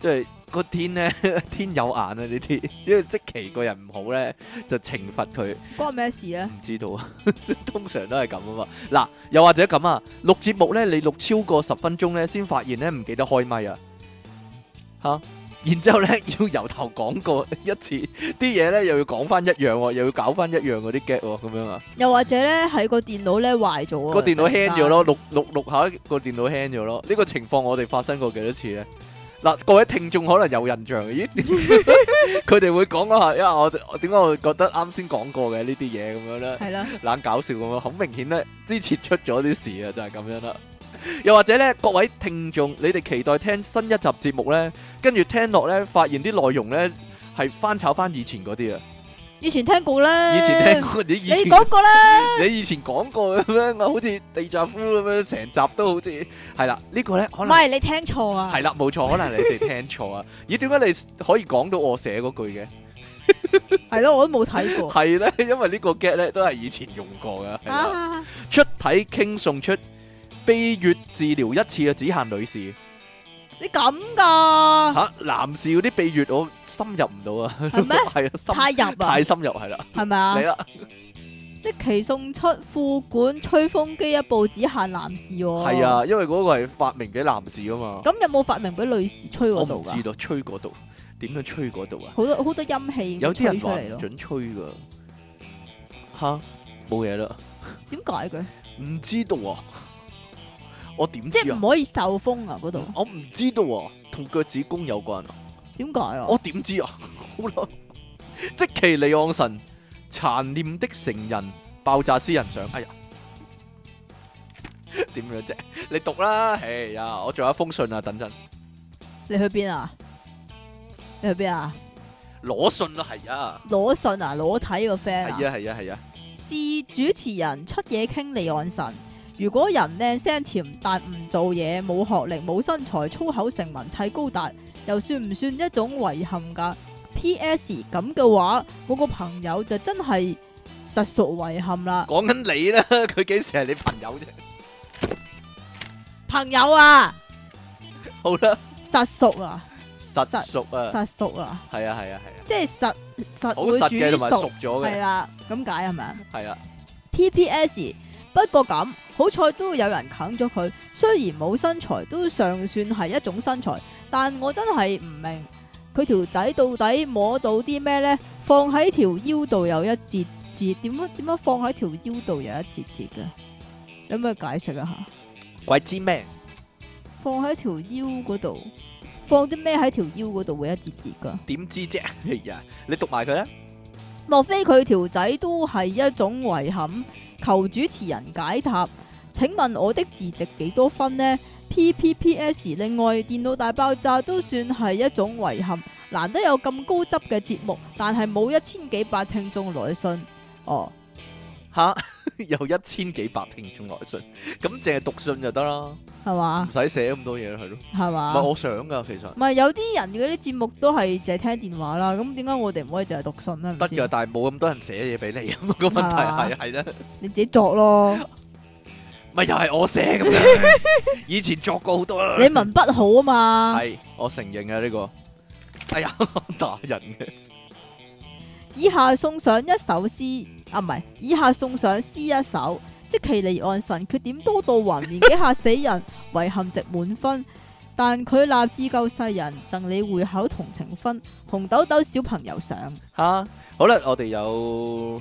即係個天咧天有眼啊呢啲，因為即期個人唔好咧就懲罰佢， 關咩事咧？唔知道啊，通常都係咁啊嘛。嗱，又或者咁啊，錄節目咧你錄超過十分鐘咧，先發現咧唔記得開咪啊，吓、然之後咧 要由頭講過一次，啲嘢咧又要講翻一樣喎，又要搞翻一樣嗰啲 get 喎，咁樣啊。又或者咧，係個電腦咧壞咗啊，個電腦突然 hang 間咗。咯，錄錄錄下個電腦 hang 咗咯。呢個情況我哋發生過幾多次咧？嗱，各位聽眾可能有印象， 咦？ 佢哋會講嗰下，因為我我點解我會覺得啱先講過嘅呢啲嘢咁樣咧，係啦，懶搞笑咁樣，好明顯咧，之前出咗啲事啊，就係咁樣啦。又或者咧，各位聽眾，你哋期待聽新一集節目咧，跟住聽落咧，發現啲內容咧係翻炒翻以前嗰啲啊，以前聽過啦，以前聽過，你以前你講過啦， 你以前講過咁樣，我好似地扎夫咁樣，成集都好似係啦。呢個咧可唔能係你聽錯啊，係啦，冇錯，可能你哋聽錯 啊。咦？點解你可以講到我寫嗰句嘅？係咯，我都冇睇過。係咧， 因為呢個 get 咧都係以前用過噶。係啦，啊，出體傾送出飛越治療一次啊，只限女士。你咁噶吓，男士嗰啲秘穴我深入唔到啊，啊係咩 係啊，深太入啊太，啊深入係啦，係咪啊你？啦，即期送出副管吹風機一部只限男士喎。係。啊，因為嗰個係發明俾男士噶嘛，咁有冇發明俾女士吹我嗰唔度知㗎？道吹嗰度點樣吹嗰度啊，好多好多陰氣有啲人吹出話嚟唔咯。准吹噶，吓冇嘢啦，點解嘅？唔知道啊， 我點即知係唔啊？嗯可以受風啊！嗰度我唔知道啊，同腳趾公有關啊。點解啊？我點知啊？ 好啦，即其利昂神殘念的成人爆炸私人相，哎呀， 點樣啫？你讀啦，哎呀，我仲有一封信啊，等陣你去邊啊？你去邊啊？攞信啊，係啊，攞信啊？裸體個係 friend 啊？啊，係啊，係啊，自主持人出嘢傾離岸神。如果人靚聲甜，但唔做嘢，冇學歷，冇身材，粗口成文砌高達，又算唔算一種遺憾㗎？P.S. 咁嘅話，我個朋友就真係實屬遺憾啦。講緊你啦，佢幾時係你朋友啫？朋友啊，好啦，實屬啊，實實熟啊，實屬啊，係啊，係啊，係啊，即係實實好會實煮嘅同埋熟熟，咗係嘅，啦，咁解係咪啊？係啊， P.P.S. 不過咁，好彩都有人啃咗佢。雖然冇身材，都尚算係一種身材，但我真係唔明佢條仔到底摸到啲咩呢？放喺條腰度有一截截，點樣點樣放喺條腰度有一截截嘅？你可唔可以解釋一下？鬼知咩？放喺條腰嗰度，放啲咩喺條腰嗰度會一截截噶？點知啫？哎呀，你讀埋佢啦， 莫非佢條仔都係一種遺憾？求主持人解答。請問我的字值幾多分呢？P P P S。另外，電腦大爆炸都算係一種遺憾，難得有咁高質嘅節目，但係冇一千幾百聽眾來信。哦，吓有一千幾百聽眾來信，咁淨係讀信就得啦。係嘛唔？使寫咁多嘢啦，係咯。係唔係嘛？我想噶，其實唔係有啲人嗰啲節目都係淨係聽電話啦，咁點解我哋唔可以淨係讀信呢？唔得知啊嘅，但係冇咁多人寫嘢 俾你咁個問題係係啦，你自己作咯。咪又係我寫 咁樣。以前作過好多啦。你文筆好 啊嘛。係我承認啊呢個。哎呀， 打人嘅以下送上一首嗯詩，啊唔係，以下送上詩一首，即其離岸神缺點多到還年紀嚇死人，遺憾值滿分。但佢立志救世人，贈你會口同情分，紅豆豆小朋友上。吓。好啦，我哋有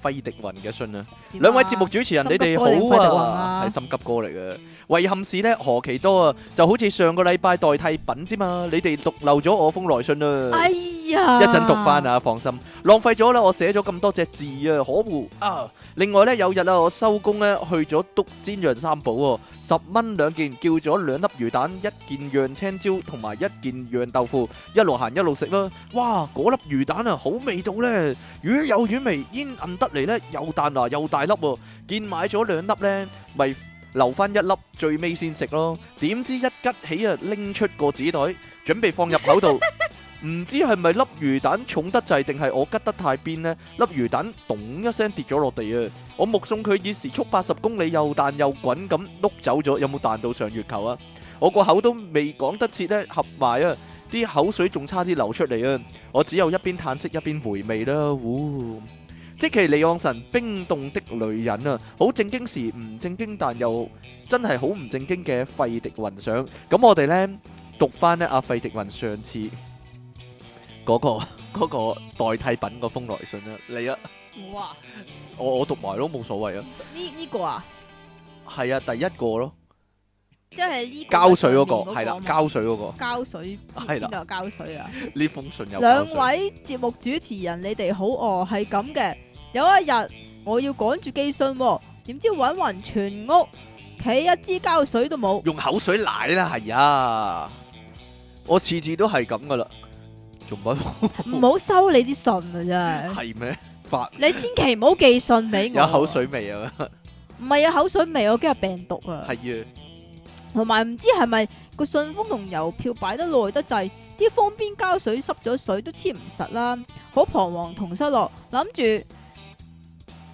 費迪雲嘅信啊。點啊兩位節目主持人，心你急哋哥定費迪雲好啊，啊係心急哥嚟嘅。遺憾是呢，何其多啊，就好似上個禮拜代替品之嘛，你哋讀漏咗我封來信啊。哎呀，一陣讀翻！啊，放心，浪費咗啦，我寫咗咁多隻字啊，可惡啊！另外呢，有日啊，我收工呢，去咗篤煎釀三寶喎，十蚊兩件，叫咗兩粒魚蛋，一件釀青椒同埋一件釀豆腐，一路行一路食啦。哇，嗰粒魚蛋啊，好味道呢，魚有魚味，煙韌得嚟呢，又彈牙又大粒喎，見買咗兩粒呢，咪留翻一粒最尾先食咯。點知一吉起啊，拎出個紙袋，準備放入口度。唔知係咪粒魚蛋重得滯，定係我吉得太邊呢？粒魚蛋咚一聲跌咗落地啊！我目送佢以時速八十公里又彈又滾咁碌走咗，有冇彈到上月球啊？我個口都未講得切呢，合埋啊！啲口水仲差啲流出嚟啊！我只有一邊嘆息一邊回味啦，呼！即其利昂神冰凍的女人啊，好正經時唔正經，但又真係好唔正經嘅費迪雲上。咁我哋呢，讀翻呢阿費迪雲上次嗰、個 嗰個代替品個封來信啦，嚟啦，我啊，我我讀埋咯，冇所謂啊。呢呢個啊，係啊，第一個咯，即係呢個膠水嗰、個上面係啦嗰，個嘛膠水嗰、個膠水係邊啦邊度有膠水啊？呢封信有膠兩水位節目主持人，你哋好哦，係咁嘅。有一日我要趕住寄信、喎，點知揾匀全屋，企一支膠水都冇。用口水奶啦，係啊，我次次都係咁噶啦，仲唔唔好收你啲信啊！真係，係咩？發你千祈唔好寄信俾我。有口，水味啊！唔係啊，口水味，我驚係病毒啊。係啊，同埋唔知係咪個信封同郵票擺得耐得滯，啲封邊膠水濕咗水都黐唔實啦，好彷徨同失落，諗住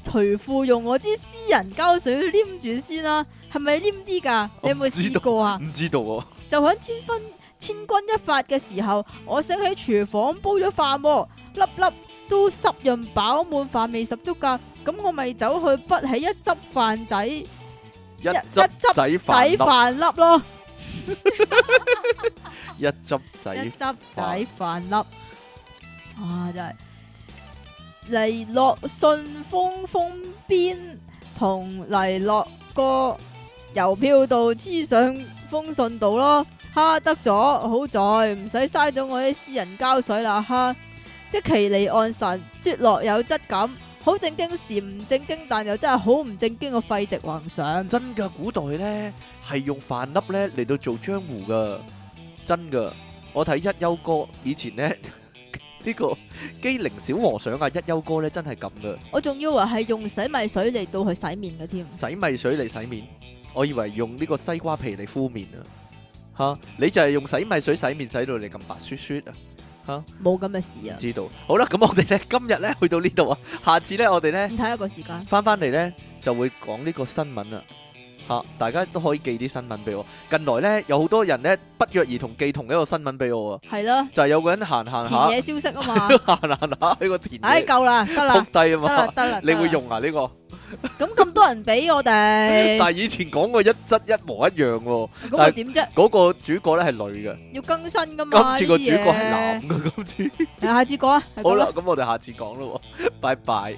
除褲用我支私人膠水黏住先啦，係咪黏啲㗎？你有我唔冇知試道過啊？唔知道喎，就喺千分千钧一發嘅時候，我醒起廚房煲咗飯喎，粒粒都濕潤飽滿，飯味十足㗎。咁我咪走去滗起一執飯仔仔一一執一執仔飯粒，飯粒咯，一執一仔執仔飯粒。啊，真係嚟落順風風邊，同嚟落個郵票度黐上封信度咯。哈，得咗，好在唔使嘥咗我啲私人膠水啦。哈，即其離岸神，啜落有質感，好正經時唔正經，但又真係好唔正經嘅廢迪幻 想。真噶，古代咧係用飯粒咧嚟到做漿糊噶，真噶。我睇一休哥以前咧呢個機靈小和尚啊，一休哥咧真係咁噶，我仲以為係用洗米水嚟到去洗面嘅添。洗米水嚟洗面，我以為用呢個西瓜皮嚟敷面啊。吓，你就係用洗米水洗面洗到你咁白雪雪啊！冇咁嘅 事啊！知道。好啦，咁我哋咧今日咧去到呢度啊，下次咧我哋咧唔睇一個時間，翻翻嚟咧就會講呢個新聞啦。吓、大家都可以寄啲新聞俾我。近來咧有好多人咧不約而同寄同一個新聞俾我啊，係啦，就係、有個人行行田下，，野消息啊 嘛行行下喺個田唉，野夠啦，得撲啦，低啊得啦，嘛。得啦，你會得啦用啊呢、個？咁咁多人俾我哋 但，係以前講過一質一模一樣喎、咁但我係點啫？嗰、個主角咧係女嘅，要更新噶嘛？今次個主角係啊呢男嘅，今次。啲嘢，下次講啊，係咁好啦啦，。咁我哋下次講咯喎，拜拜。